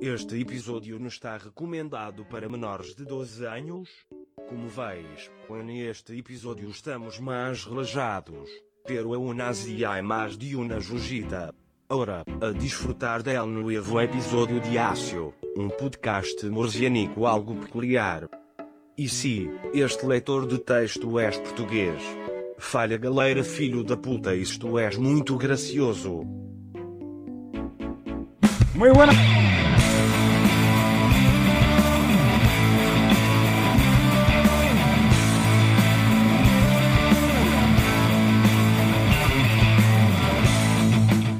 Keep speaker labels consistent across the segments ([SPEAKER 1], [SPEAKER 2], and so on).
[SPEAKER 1] Este episódio não está recomendado para menores de 12 anos. Como veis, neste episódio estamos mais relaxados, pero eu nazi é mais de uma jujita. Ora, a disfrutar del novo episódio de Ácio, um podcast morzianico algo peculiar. E se, este leitor de texto és português? Falha galera filho da puta isto és muito gracioso.
[SPEAKER 2] Muy buena.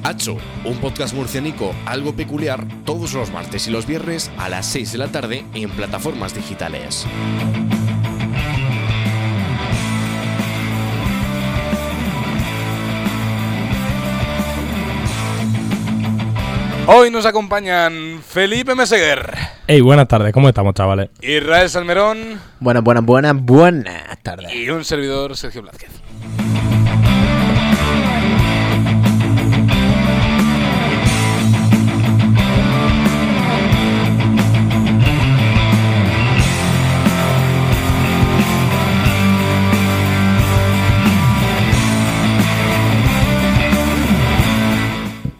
[SPEAKER 3] Hacho, un podcast murcianico algo peculiar todos los martes y los viernes a las 6 de la tarde en plataformas digitales.
[SPEAKER 2] Hoy nos acompañan Felipe Meseguer,
[SPEAKER 4] Hey, buenas tardes, ¿cómo estamos, chavales?
[SPEAKER 2] Israel Salmerón
[SPEAKER 5] Buenas, buenas, buenas, buenas tardes.
[SPEAKER 2] y un servidor Sergio Blázquez.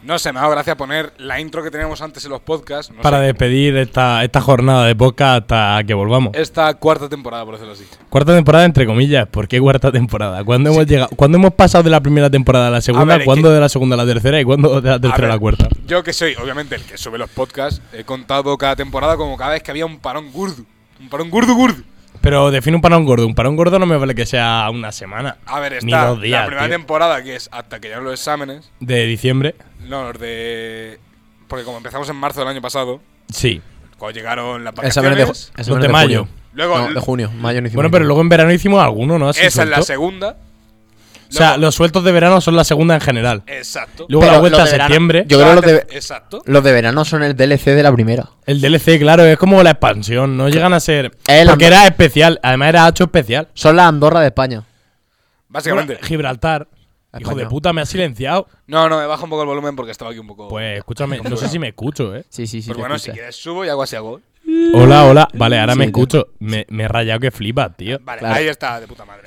[SPEAKER 2] No sé, me ha dado gracia poner la intro que teníamos antes en los podcasts. no
[SPEAKER 4] Para
[SPEAKER 2] sé,
[SPEAKER 4] despedir esta, esta jornada de podcast hasta que volvamos.
[SPEAKER 2] Esta cuarta temporada, por decirlo así.
[SPEAKER 4] Cuarta temporada, entre comillas. ¿Por qué cuarta temporada? ¿Cuándo hemos llegado? ¿Cuándo hemos pasado de la primera temporada a la segunda?
[SPEAKER 2] ver, es
[SPEAKER 4] ¿Cuándo
[SPEAKER 2] que-
[SPEAKER 4] de la segunda a la tercera? ¿Y cuándo de la
[SPEAKER 2] A
[SPEAKER 4] tercera a
[SPEAKER 2] ver,
[SPEAKER 4] la cuarta?
[SPEAKER 2] Yo que soy, obviamente, el que sube los podcasts, he contado cada temporada como cada vez que había un parón gurdu. Un parón gurdu gurdu.
[SPEAKER 4] Pero define un parón gordo. Un parón gordo no me vale que sea una semana.
[SPEAKER 2] A ver,
[SPEAKER 4] Ni
[SPEAKER 2] está
[SPEAKER 4] dos días,
[SPEAKER 2] la primera
[SPEAKER 4] tío.
[SPEAKER 2] temporada, que es hasta que llegan los exámenes.
[SPEAKER 4] De diciembre.
[SPEAKER 2] No, los de. Porque como empezamos en marzo del año pasado,
[SPEAKER 4] Sí.
[SPEAKER 2] cuando llegaron las
[SPEAKER 5] Exámenes
[SPEAKER 2] vacaciones.
[SPEAKER 5] de, ju- exámenes
[SPEAKER 4] Los de
[SPEAKER 5] de
[SPEAKER 4] mayo.
[SPEAKER 5] junio.
[SPEAKER 2] Luego-
[SPEAKER 5] No, de junio, mayo no hicimos
[SPEAKER 4] Bueno, pero
[SPEAKER 5] ninguno.
[SPEAKER 4] luego en verano hicimos alguno, ¿no? Así
[SPEAKER 2] esa es la
[SPEAKER 4] suelto.
[SPEAKER 2] segunda.
[SPEAKER 4] O sea,
[SPEAKER 2] Luego-
[SPEAKER 4] los sueltos de verano son la segunda en general.
[SPEAKER 2] Exacto.
[SPEAKER 4] Luego la
[SPEAKER 5] Pero
[SPEAKER 4] vuelta
[SPEAKER 5] lo
[SPEAKER 4] a
[SPEAKER 5] de verano-
[SPEAKER 4] septiembre.
[SPEAKER 5] Yo creo
[SPEAKER 2] Cada
[SPEAKER 5] los de,
[SPEAKER 2] tem- Exacto.
[SPEAKER 5] los de verano son el DLC de la primera.
[SPEAKER 4] El DLC, claro, es como la expansión. No llegan a ser.
[SPEAKER 5] El-
[SPEAKER 4] Porque era especial. Además, era 8 especial.
[SPEAKER 5] Son la Andorra de España.
[SPEAKER 2] Básicamente.
[SPEAKER 4] Gibraltar. Hijo
[SPEAKER 5] España.
[SPEAKER 4] de puta, me has silenciado.
[SPEAKER 2] No, no, me baja un poco el volumen porque estaba aquí un poco.
[SPEAKER 4] Pues escúchame, no sé si me escucho, ¿eh?
[SPEAKER 5] Sí, sí, sí.
[SPEAKER 2] Pero
[SPEAKER 5] te
[SPEAKER 2] Pues bueno, si
[SPEAKER 5] escucha.
[SPEAKER 2] quieres subo y hago así hago.
[SPEAKER 4] Hola, hola. Vale, ahora me
[SPEAKER 5] Sí, tío.
[SPEAKER 4] escucho. Me, me he rayado que flipas, tío.
[SPEAKER 2] Vale,
[SPEAKER 5] Claro.
[SPEAKER 2] ahí está, de puta madre.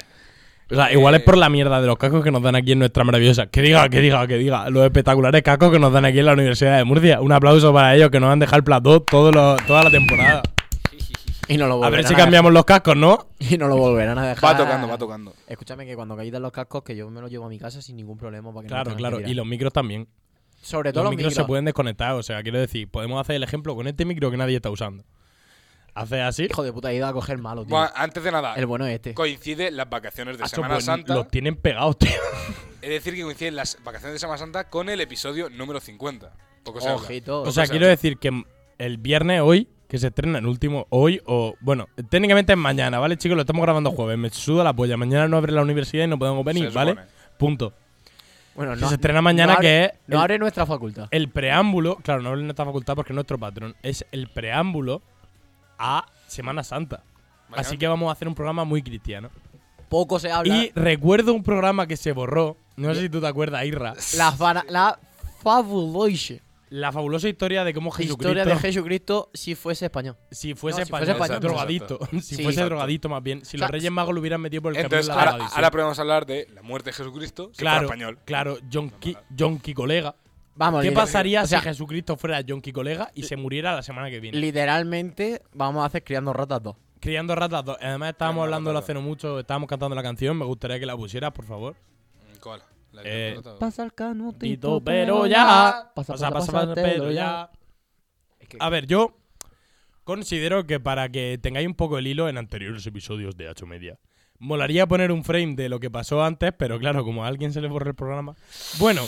[SPEAKER 4] O sea, igual es
[SPEAKER 2] Eh.
[SPEAKER 4] por la mierda de los cascos que nos dan aquí en nuestra maravillosa. Que diga, que diga, que diga. Los espectaculares cascos que nos dan aquí en la Universidad de Murcia. Un aplauso para ellos que nos han dejado el plató todo lo- toda la temporada.
[SPEAKER 5] Y no lo
[SPEAKER 4] A ver
[SPEAKER 5] volverán
[SPEAKER 4] si
[SPEAKER 5] dejar-
[SPEAKER 4] cambiamos los cascos, ¿no?
[SPEAKER 5] Y no lo volverán a dejar.
[SPEAKER 2] Va tocando, va tocando.
[SPEAKER 5] Escúchame que cuando caigan los cascos, que yo me los llevo a mi casa sin ningún problema. Para que no
[SPEAKER 4] Claro,
[SPEAKER 5] tengan que
[SPEAKER 4] claro.
[SPEAKER 5] tirar.
[SPEAKER 4] Y los micros también.
[SPEAKER 5] Sobre todo
[SPEAKER 4] Los
[SPEAKER 5] los,
[SPEAKER 4] micros se pueden desconectar. O sea, quiero decir, podemos hacer el ejemplo con este micro que nadie está usando. Haces así.
[SPEAKER 5] Hijo de puta, he ido a coger malo, tío.
[SPEAKER 2] Bueno, ah, antes de nada,
[SPEAKER 5] El bueno es este.
[SPEAKER 2] coincide las vacaciones de
[SPEAKER 4] Acho,
[SPEAKER 2] Semana
[SPEAKER 4] pues,
[SPEAKER 2] Santa.
[SPEAKER 4] Los tienen pegados, tío.
[SPEAKER 2] Es decir, que coinciden las vacaciones de Semana Santa con el episodio número 50. Poco se habla.
[SPEAKER 5] Ojito.
[SPEAKER 4] O sea, quiero decir que el viernes hoy, que se estrena el último, hoy o. Bueno, técnicamente es mañana, ¿vale, chicos? Lo estamos grabando jueves. Me suda la polla. Mañana no abre la universidad y no podemos venir,
[SPEAKER 2] Se
[SPEAKER 4] ¿vale?
[SPEAKER 2] supone.
[SPEAKER 4] Punto.
[SPEAKER 5] Bueno,
[SPEAKER 4] que se estrena mañana,
[SPEAKER 5] abre-
[SPEAKER 4] que es el-
[SPEAKER 5] No
[SPEAKER 4] Eh,
[SPEAKER 5] abre nuestra facultad.
[SPEAKER 4] El preámbulo, claro, no abre en esta facultad porque es nuestro patrón. Es el preámbulo a Semana Santa.
[SPEAKER 2] Mañana.
[SPEAKER 4] Así que vamos a hacer un programa muy cristiano.
[SPEAKER 5] Poco se habla.
[SPEAKER 4] Y recuerdo un programa que se borró. No sé si tú te acuerdas, Irra.
[SPEAKER 5] La, fana- la fabulosa
[SPEAKER 4] La fabulosa historia de cómo Jesucristo.
[SPEAKER 5] historia de Jesucristo si fuese español.
[SPEAKER 4] Si fuese
[SPEAKER 5] No, si
[SPEAKER 4] español,
[SPEAKER 5] fuese español,
[SPEAKER 4] drogadito. Si
[SPEAKER 5] Sí,
[SPEAKER 4] fuese
[SPEAKER 5] exacto.
[SPEAKER 4] drogadito, más bien. Si
[SPEAKER 5] O sea,
[SPEAKER 4] los Reyes Magos lo hubieran metido por el camino de
[SPEAKER 2] Entonces,
[SPEAKER 4] la
[SPEAKER 2] ahora,
[SPEAKER 4] drogadicción.
[SPEAKER 2] ahora podemos hablar de la muerte de Jesucristo, si fuera
[SPEAKER 4] claro,
[SPEAKER 2] español.
[SPEAKER 4] claro, Jonky, Jonky Colega.
[SPEAKER 5] Vamos,
[SPEAKER 4] ¿Qué
[SPEAKER 5] literal-
[SPEAKER 4] pasaría
[SPEAKER 5] o sea,
[SPEAKER 4] si Jesucristo fuera Jonky Colega y se muriera la semana que viene?
[SPEAKER 5] Literalmente vamos a hacer criando ratas dos.
[SPEAKER 4] Criando ratas. dos. Además,
[SPEAKER 2] Criando
[SPEAKER 4] estábamos hablando
[SPEAKER 2] ratas
[SPEAKER 4] hace no mucho, estábamos cantando la canción. Me gustaría que la pusieras, por favor.
[SPEAKER 2] ¿Cuál? Mm, La
[SPEAKER 4] Eh,
[SPEAKER 2] que-
[SPEAKER 5] Pasa el
[SPEAKER 4] Tito,
[SPEAKER 5] canutito,
[SPEAKER 4] pero ya.
[SPEAKER 5] Pasa,
[SPEAKER 4] Pasa, pasa,
[SPEAKER 5] pasa,
[SPEAKER 4] pasa, pero ya. A ver, yo considero que para que tengáis un poco el hilo en anteriores episodios de H Media, molaría poner un frame de lo que pasó antes, pero claro, como a alguien se le borró el programa. Bueno,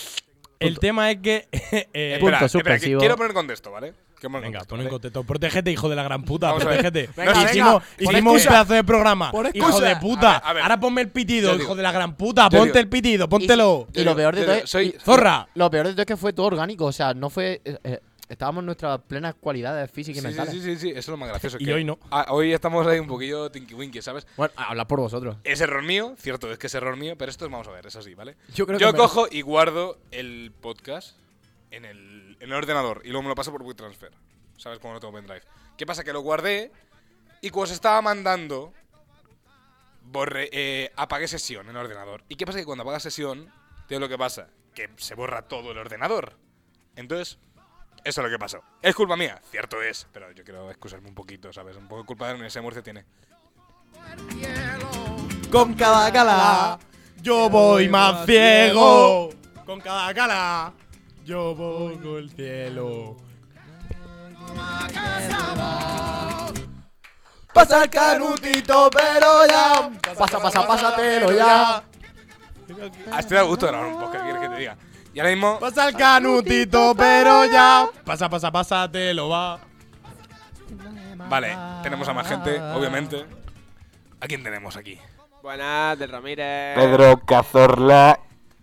[SPEAKER 4] el tema es que. eh,
[SPEAKER 2] espera,
[SPEAKER 5] punto
[SPEAKER 2] espera, que
[SPEAKER 5] suspensivo.
[SPEAKER 2] quiero poner contexto, ¿vale? Quiero poner
[SPEAKER 4] Venga,
[SPEAKER 2] contexto,
[SPEAKER 4] pon en
[SPEAKER 2] ¿vale?
[SPEAKER 4] contexto. Protégete, hijo de la gran puta.
[SPEAKER 2] Vamos a ver.
[SPEAKER 4] protégete.
[SPEAKER 2] Venga, venga,
[SPEAKER 4] hicimos
[SPEAKER 2] pon
[SPEAKER 4] hicimos un
[SPEAKER 2] excusa.
[SPEAKER 4] pedazo de programa.
[SPEAKER 2] Pon
[SPEAKER 4] Hijo
[SPEAKER 2] excusa.
[SPEAKER 4] de puta.
[SPEAKER 2] A ver, a ver.
[SPEAKER 4] Ahora ponme el pitido,
[SPEAKER 2] Yo digo.
[SPEAKER 4] hijo de la gran puta.
[SPEAKER 2] Yo
[SPEAKER 4] Ponte
[SPEAKER 2] digo.
[SPEAKER 4] el pitido, póntelo.
[SPEAKER 5] Y lo peor de
[SPEAKER 2] Yo
[SPEAKER 5] todo
[SPEAKER 2] digo,
[SPEAKER 5] es-
[SPEAKER 2] soy-
[SPEAKER 4] Zorra.
[SPEAKER 5] Lo peor de todo es que fue todo orgánico. O sea, no fue. eh, eh, estábamos en nuestras plenas cualidades físicas
[SPEAKER 2] Sí,
[SPEAKER 5] y
[SPEAKER 2] sí,
[SPEAKER 5] mentales.
[SPEAKER 2] sí, sí, sí, eso es lo más gracioso.
[SPEAKER 4] Y
[SPEAKER 2] que
[SPEAKER 4] hoy no.
[SPEAKER 2] ah, hoy estamos ahí un poquillo tinky winky, ¿sabes?
[SPEAKER 5] Bueno, a- hablar por vosotros.
[SPEAKER 2] Es error mío, cierto, es que es error mío, pero esto es- vamos a ver, es así, ¿vale?
[SPEAKER 5] Yo creo
[SPEAKER 2] Yo
[SPEAKER 5] que me-
[SPEAKER 2] cojo y guardo el podcast en el, en el ordenador y luego me lo paso por WeTransfer. O ¿sabes? Como no tengo pendrive. ¿Qué pasa? Que lo guardé y cuando se estaba mandando, borré, eh, apagué sesión en el ordenador. ¿Y qué pasa? Que cuando apagas sesión, ¿qué es lo que pasa? Que se borra todo el ordenador. Entonces, eso es lo que pasó. ¿Es culpa mía? Cierto es, pero yo quiero excusarme un poquito, ¿sabes? Un poco de culpa de la Universidad de Murcia tiene.
[SPEAKER 4] Con cada cala, yo voy más ciego. Con cada cala, yo voy con el cielo.
[SPEAKER 5] Pasa el canutito, pero ya. Pasa, pasa, pásatelo ya.
[SPEAKER 2] Ah, estoy a gusto de grabar un podcast, ¿qué quieres que te diga? Y ahora mismo,
[SPEAKER 4] Pasa el canutito, pero ya. Pasa, pasa, pásatelo, va.
[SPEAKER 2] vale, tenemos a más gente, obviamente. ¿A quién tenemos aquí?
[SPEAKER 6] Buenas, del Ramírez.
[SPEAKER 7] Pedro Cazorla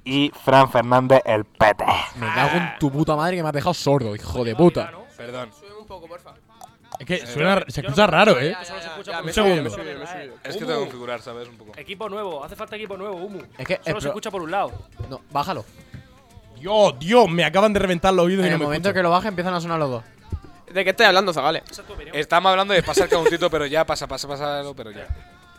[SPEAKER 7] y Fran Fernández el Pete.
[SPEAKER 5] Me cago en tu puta madre que me has dejado sordo, hijo de puta.
[SPEAKER 2] Perdón.
[SPEAKER 6] Sube un poco, porfa.
[SPEAKER 4] Es que suena, se escucha raro, eh.
[SPEAKER 8] Ya, ya, ya,
[SPEAKER 6] Ya,
[SPEAKER 8] ya,
[SPEAKER 6] me
[SPEAKER 8] me
[SPEAKER 4] Un
[SPEAKER 6] subió,
[SPEAKER 4] segundo.
[SPEAKER 6] me subió, me subió.
[SPEAKER 2] Es que tengo que configurar, ¿sabes? Un poco.
[SPEAKER 8] Equipo nuevo, hace
[SPEAKER 4] Este
[SPEAKER 8] falta equipo nuevo, Humu.
[SPEAKER 5] Es que, eh,
[SPEAKER 8] Solo se
[SPEAKER 5] pero-
[SPEAKER 8] escucha por un lado.
[SPEAKER 5] No, bájalo.
[SPEAKER 4] Dios, Dios, me acaban de reventar los oídos
[SPEAKER 5] En
[SPEAKER 4] y no
[SPEAKER 5] el
[SPEAKER 4] me
[SPEAKER 5] momento que
[SPEAKER 4] escucho.
[SPEAKER 5] lo baje empiezan a sonar los dos.
[SPEAKER 6] ¿De qué estáis hablando, Zagales?
[SPEAKER 2] Estamos hablando de pasar cautito, pero ya, pasa, pasa, pasa, pero ya.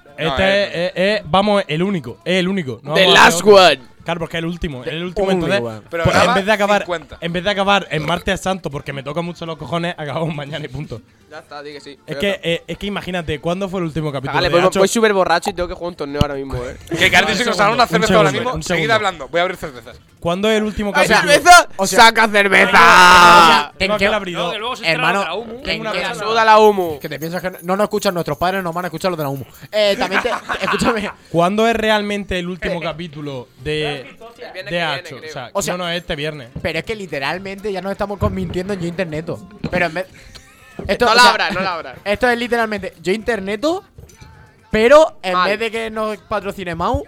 [SPEAKER 2] No,
[SPEAKER 4] Este
[SPEAKER 2] eh,
[SPEAKER 4] es, es- es- vamos, el único. Es el único. No
[SPEAKER 6] The
[SPEAKER 4] vamos a hacer
[SPEAKER 6] last
[SPEAKER 4] otro.
[SPEAKER 6] one.
[SPEAKER 4] Claro, porque es el último. Es el último,
[SPEAKER 5] only
[SPEAKER 4] entonces.
[SPEAKER 5] one.
[SPEAKER 2] Pero
[SPEAKER 4] pues, en,
[SPEAKER 2] graba
[SPEAKER 4] vez de acabar,
[SPEAKER 2] 50.
[SPEAKER 4] en vez de acabar en martes santo, porque me toca mucho los cojones, acabamos mañana y punto.
[SPEAKER 6] Ya está, di que sí.
[SPEAKER 4] Es que, eh, es que imagínate, ¿cuándo fue el último capítulo?
[SPEAKER 6] Zagales,
[SPEAKER 4] de
[SPEAKER 6] voy,
[SPEAKER 4] Hacho?
[SPEAKER 6] voy súper borracho y tengo que jugar un torneo ahora mismo, eh.
[SPEAKER 2] Que Carlos dice que nos hagan una
[SPEAKER 4] Un segundo,
[SPEAKER 2] cerveza ahora
[SPEAKER 4] un
[SPEAKER 2] mismo.
[SPEAKER 4] segundo.
[SPEAKER 2] Seguid hablando, voy a abrir cervezas.
[SPEAKER 4] ¿Cuándo es el último
[SPEAKER 6] ¿Hay
[SPEAKER 4] capítulo?
[SPEAKER 6] cerveza? ¡Saca cerveza!
[SPEAKER 4] Tengo
[SPEAKER 5] ¿En qué-
[SPEAKER 4] aquel abridor.
[SPEAKER 8] No, que luego se
[SPEAKER 4] Ah,
[SPEAKER 5] Hermano,
[SPEAKER 8] entera otra, Humu.
[SPEAKER 5] que en
[SPEAKER 8] Una
[SPEAKER 5] qué-
[SPEAKER 8] persona.
[SPEAKER 6] ¡Suda la humo!
[SPEAKER 5] Que te piensas que no- no nos escuchan nuestros padres, nos van a escuchar los de la humo. Eh, también te. Escúchame.
[SPEAKER 4] ¿Cuándo es realmente el último capítulo de, de Hacho? O sea,
[SPEAKER 5] O sea-
[SPEAKER 4] no, no, este viernes.
[SPEAKER 5] Pero es que literalmente ya nos estamos convirtiendo en yo interneto. Pero en vez. Esto,
[SPEAKER 6] No
[SPEAKER 5] o
[SPEAKER 6] la
[SPEAKER 5] sea,
[SPEAKER 6] abras, no la abras.
[SPEAKER 5] Esto es literalmente yo interneto, pero en
[SPEAKER 6] Mal.
[SPEAKER 5] vez de que nos patrocine Mau,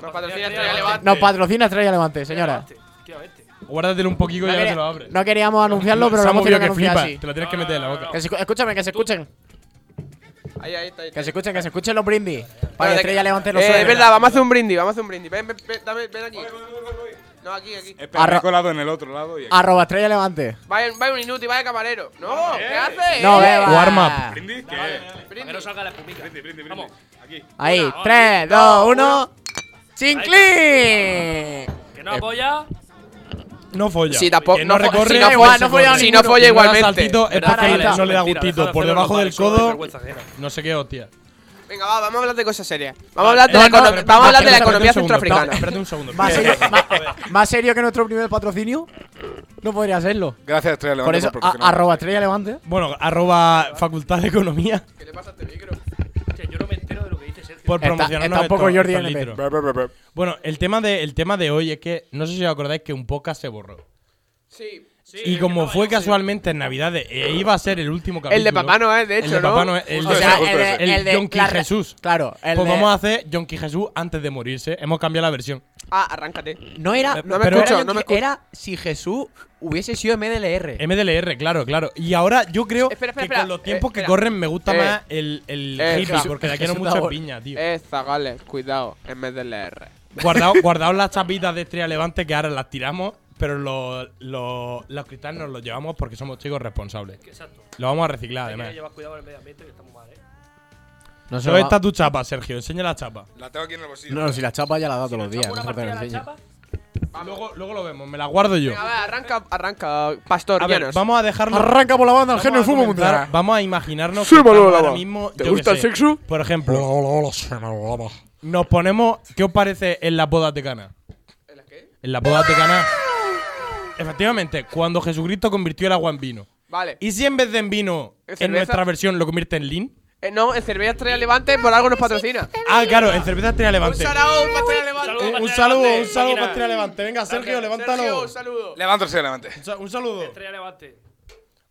[SPEAKER 6] Nos patrocina Estrella Levante.
[SPEAKER 5] nos patrocina Estrella Levante, señora.
[SPEAKER 4] Guárdatelo un poquitico y
[SPEAKER 5] No,
[SPEAKER 4] ya
[SPEAKER 5] quería-
[SPEAKER 4] te lo abres.
[SPEAKER 5] no queríamos anunciarlo,
[SPEAKER 4] Se
[SPEAKER 5] pero lo
[SPEAKER 4] ha
[SPEAKER 5] hemos
[SPEAKER 4] movido
[SPEAKER 5] tenido que anunciar
[SPEAKER 4] flipa.
[SPEAKER 5] así.
[SPEAKER 4] Te lo tienes que meter en la boca.
[SPEAKER 5] Que se, escúchame, que se escuchen.
[SPEAKER 6] Ahí, ahí está, ahí está.
[SPEAKER 5] Que se escuchen, que se escuchen los brindis. Para
[SPEAKER 6] Vale,
[SPEAKER 5] que Estrella Levante los
[SPEAKER 6] eh, Es verdad, vamos a hacer un brindis, vamos a hacer un brindis. Ven, ven, ven, dame- ven aquí. No, aquí, aquí.
[SPEAKER 5] Arro-
[SPEAKER 2] Espera, he colado en el otro lado y aquí.
[SPEAKER 5] Arroba Estrella Levante.
[SPEAKER 6] Vaya, vaya un inútil, vaya camarero. No, ¿qué haces? Eh,
[SPEAKER 5] No, beba.
[SPEAKER 4] Warm up.
[SPEAKER 2] ¿Brindis? ¿Qué?
[SPEAKER 8] Para que no salga la espumita. Vamos.
[SPEAKER 5] Ahí, 3, 2, 1. ¡Chinclin!
[SPEAKER 8] Que no apoya.
[SPEAKER 4] No folla.
[SPEAKER 6] Si tampoco-
[SPEAKER 4] Que no,
[SPEAKER 6] no fo-
[SPEAKER 4] recorre.
[SPEAKER 6] si no folla-
[SPEAKER 5] no folla
[SPEAKER 4] corre.
[SPEAKER 5] si
[SPEAKER 6] no folla
[SPEAKER 4] Que da
[SPEAKER 6] igualmente.
[SPEAKER 4] saltito, es
[SPEAKER 5] Verdad,
[SPEAKER 4] porque
[SPEAKER 5] verdad.
[SPEAKER 4] no le da
[SPEAKER 8] Mentira,
[SPEAKER 4] gustito.
[SPEAKER 8] dejar
[SPEAKER 4] Por
[SPEAKER 8] hacerlo,
[SPEAKER 4] debajo
[SPEAKER 8] no vale,
[SPEAKER 4] del
[SPEAKER 8] eso es
[SPEAKER 4] codo,
[SPEAKER 8] vergüenza ajena.
[SPEAKER 4] no sé qué hostia.
[SPEAKER 6] Venga, va, vamos a hablar de cosas serias. Vamos a hablar de
[SPEAKER 4] Eh,
[SPEAKER 6] la,
[SPEAKER 4] no,
[SPEAKER 6] econo-
[SPEAKER 4] espérate,
[SPEAKER 6] vamos a hablar
[SPEAKER 4] espérate,
[SPEAKER 6] de la
[SPEAKER 4] espérate un
[SPEAKER 6] economía
[SPEAKER 4] segundo,
[SPEAKER 6] centroafricana.
[SPEAKER 4] Espérate un segundo.
[SPEAKER 5] Más
[SPEAKER 4] espérate.
[SPEAKER 5] serio, más- más serio que nuestro primer patrocinio. No podría serlo.
[SPEAKER 2] Gracias, Estrella Levante.
[SPEAKER 5] Por eso, a-
[SPEAKER 2] patrocinar.
[SPEAKER 5] arroba Estrella Levante.
[SPEAKER 4] Bueno, arroba Facultad de Economía
[SPEAKER 6] ¿Qué le pasa a este micro?
[SPEAKER 8] Hostia, Yo no me entero de lo que dice Sergio.
[SPEAKER 4] por
[SPEAKER 5] Está-
[SPEAKER 4] promocionarnos
[SPEAKER 5] está un poco
[SPEAKER 4] estos-
[SPEAKER 5] Jordi
[SPEAKER 4] estos
[SPEAKER 5] NB.
[SPEAKER 4] litros.
[SPEAKER 2] Bra, bra, bra, bra.
[SPEAKER 4] Bueno, el tema, de, el tema de hoy es que no sé si os acordáis que un podcast se borró.
[SPEAKER 6] Sí.
[SPEAKER 4] y como fue casualmente en Navidades e iba a ser el último capítulo.
[SPEAKER 6] El de Papá Noel, de hecho,
[SPEAKER 4] el de
[SPEAKER 6] ¿no?
[SPEAKER 4] Papá Noel, el
[SPEAKER 5] O
[SPEAKER 4] de,
[SPEAKER 5] sea,
[SPEAKER 2] justo
[SPEAKER 5] el, de-
[SPEAKER 2] ese.
[SPEAKER 4] el
[SPEAKER 5] el de
[SPEAKER 4] Yonki
[SPEAKER 5] la-
[SPEAKER 4] Jesús.
[SPEAKER 5] Claro, el
[SPEAKER 4] pues
[SPEAKER 5] de-
[SPEAKER 4] vamos a hacer Yonki Jesús antes de morirse. Hemos cambiado la versión.
[SPEAKER 6] Ah, arráncate.
[SPEAKER 5] No era.
[SPEAKER 6] No me
[SPEAKER 5] pero
[SPEAKER 6] escucho,
[SPEAKER 5] era,
[SPEAKER 6] no me escucho.
[SPEAKER 5] era si Jesús hubiese sido
[SPEAKER 4] Em,
[SPEAKER 5] MDLR.
[SPEAKER 4] MDLR, claro, claro. Y ahora yo creo
[SPEAKER 6] Espera, espera,
[SPEAKER 4] que
[SPEAKER 6] espera.
[SPEAKER 4] con los tiempos
[SPEAKER 6] Eh,
[SPEAKER 4] que
[SPEAKER 6] espera.
[SPEAKER 4] corren me gusta
[SPEAKER 6] Eh.
[SPEAKER 4] más el, el
[SPEAKER 6] Eh,
[SPEAKER 4] hippie,
[SPEAKER 6] Jesús-
[SPEAKER 4] porque de aquí no
[SPEAKER 5] Jesús
[SPEAKER 4] mucho es
[SPEAKER 5] Davor.
[SPEAKER 4] piña, tío.
[SPEAKER 6] Eh, zagales, cuidado, en vez del R.
[SPEAKER 4] Guardaos, guardaos las chapitas de Estrella Levante que ahora las tiramos, pero los, los, los cristales nos los llevamos porque somos chicos responsables.
[SPEAKER 8] Exacto.
[SPEAKER 4] Lo vamos a reciclar,
[SPEAKER 8] Hay que
[SPEAKER 4] además.
[SPEAKER 8] llevar cuidado con el medio ambiente que estamos mal, eh.
[SPEAKER 5] No,
[SPEAKER 4] ¿Dónde está tu chapa, Sergio? Enseña la chapa.
[SPEAKER 2] La tengo aquí en el bolsillo.
[SPEAKER 5] no, si la chapa ya la da todos los días. No
[SPEAKER 8] Echamos una
[SPEAKER 5] se te
[SPEAKER 8] partida
[SPEAKER 5] la
[SPEAKER 8] a la
[SPEAKER 5] enseño.
[SPEAKER 8] chapa.
[SPEAKER 4] Luego, luego lo vemos, me la guardo yo.
[SPEAKER 6] Venga, va, arranca, arranca, Pastor,
[SPEAKER 4] A ver,
[SPEAKER 6] guíanos.
[SPEAKER 4] vamos a dejarlo.
[SPEAKER 5] Arranca por la banda, el
[SPEAKER 4] vamos
[SPEAKER 5] genio
[SPEAKER 4] a
[SPEAKER 5] del fumo
[SPEAKER 4] comenzar-
[SPEAKER 5] mundial.
[SPEAKER 4] Vamos a imaginarnos
[SPEAKER 6] Sí,
[SPEAKER 4] que
[SPEAKER 6] Manolo
[SPEAKER 4] estamos
[SPEAKER 6] Lama.
[SPEAKER 4] ahora mismo.
[SPEAKER 6] ¿Te
[SPEAKER 4] yo qué
[SPEAKER 6] gusta el
[SPEAKER 4] sé,
[SPEAKER 6] sexo?
[SPEAKER 4] Por ejemplo. Nos ponemos. ¿Qué os parece en las bodas de Cana?
[SPEAKER 6] ¿En la qué?
[SPEAKER 4] En las bodas de Cana. Efectivamente, cuando Jesucristo convirtió el agua en vino.
[SPEAKER 6] Vale.
[SPEAKER 4] ¿Y si en vez de en vino,
[SPEAKER 6] ¿En
[SPEAKER 4] en
[SPEAKER 6] cerveza?
[SPEAKER 4] nuestra versión lo convierte en lean?
[SPEAKER 6] Eh, no, en cerveza estrella levante por algo nos patrocina.
[SPEAKER 4] Ah, claro, en cerveza Estrella
[SPEAKER 6] Un
[SPEAKER 4] Levante. Eh,
[SPEAKER 6] saludo, para Estrella levante.
[SPEAKER 4] Un, un
[SPEAKER 8] Estrella
[SPEAKER 4] saludo,
[SPEAKER 8] Levante,
[SPEAKER 4] un saludo
[SPEAKER 8] máquina.
[SPEAKER 4] para Estrella Levante. Venga, Sergio,
[SPEAKER 6] Sergio,
[SPEAKER 4] levántalo.
[SPEAKER 6] un saludo.
[SPEAKER 2] Levanto Estrella Levante.
[SPEAKER 4] Un sa- Un saludo.
[SPEAKER 8] Estrella Levante.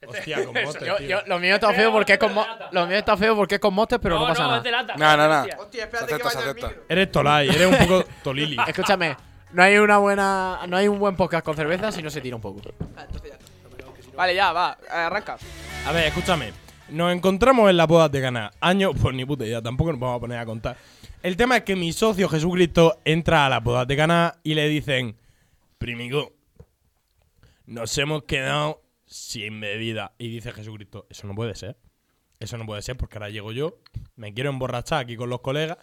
[SPEAKER 4] Hostia, como bote,
[SPEAKER 5] Yo-
[SPEAKER 4] tío.
[SPEAKER 5] yo- lo mío está feo porque es con mo- lo mío está feo porque es con mostes, pero no, pasa
[SPEAKER 8] es de
[SPEAKER 5] nada.
[SPEAKER 8] lata.
[SPEAKER 2] No, no, no.
[SPEAKER 8] Hostia.
[SPEAKER 6] Hostia, espérate que
[SPEAKER 2] Acepta,
[SPEAKER 6] vaya el
[SPEAKER 2] acepta.
[SPEAKER 6] micro.
[SPEAKER 4] Eres Tolai, eres un poco Tolili.
[SPEAKER 5] Escúchame, no hay una buena, no hay un buen podcast con cerveza si no se tira un poco.
[SPEAKER 6] Vale, ya, va, eh, arranca.
[SPEAKER 4] A ver, escúchame. Nos encontramos en las bodas de Cana. Año, pues ni puta idea, tampoco nos vamos a poner a contar. El tema es que mi socio Jesucristo entra a las bodas de Cana y le dicen, primigo, nos hemos quedado sin bebida. Y dice Jesucristo, eso no puede ser. Eso no puede ser porque ahora llego yo, me quiero emborrachar aquí con los colegas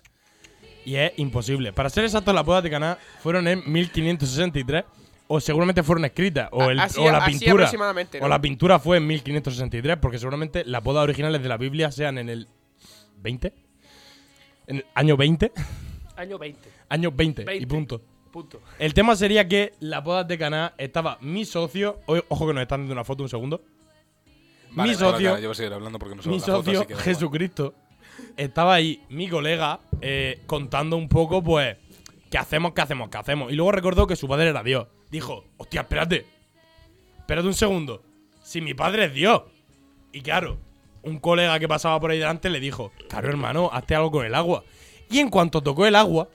[SPEAKER 4] y es imposible. Para ser exactos, las bodas de Caná fueron en 1563 o seguramente fueron escritas o,
[SPEAKER 6] A-
[SPEAKER 4] el,
[SPEAKER 6] así-
[SPEAKER 4] o la
[SPEAKER 6] así
[SPEAKER 4] pintura
[SPEAKER 6] aproximadamente,
[SPEAKER 4] o
[SPEAKER 6] ¿no?
[SPEAKER 4] la pintura fue en 1563 porque seguramente las bodas originales de la Biblia sean en el 20 en el año 20
[SPEAKER 8] Año 20.
[SPEAKER 4] año 20, y
[SPEAKER 8] 20.
[SPEAKER 4] punto.
[SPEAKER 8] Punto.
[SPEAKER 4] El tema sería que las bodas de Caná estaba mi socio, o- ojo que nos están dando una foto un segundo. mi socio,
[SPEAKER 2] yo voy a seguir hablando porque no se
[SPEAKER 4] mi
[SPEAKER 2] ve la foto,
[SPEAKER 4] socio
[SPEAKER 2] así que da igual.
[SPEAKER 4] Jesucristo estaba ahí, mi colega, eh, contando un poco, pues, qué hacemos, qué hacemos, qué hacemos. Y luego recordó que su padre era Dios. Dijo, hostia, espérate, espérate un segundo. Si mi padre es Dios. Y claro, un colega que pasaba por ahí delante le dijo, claro hermano, hazte algo con el agua. Y en cuanto tocó el agua,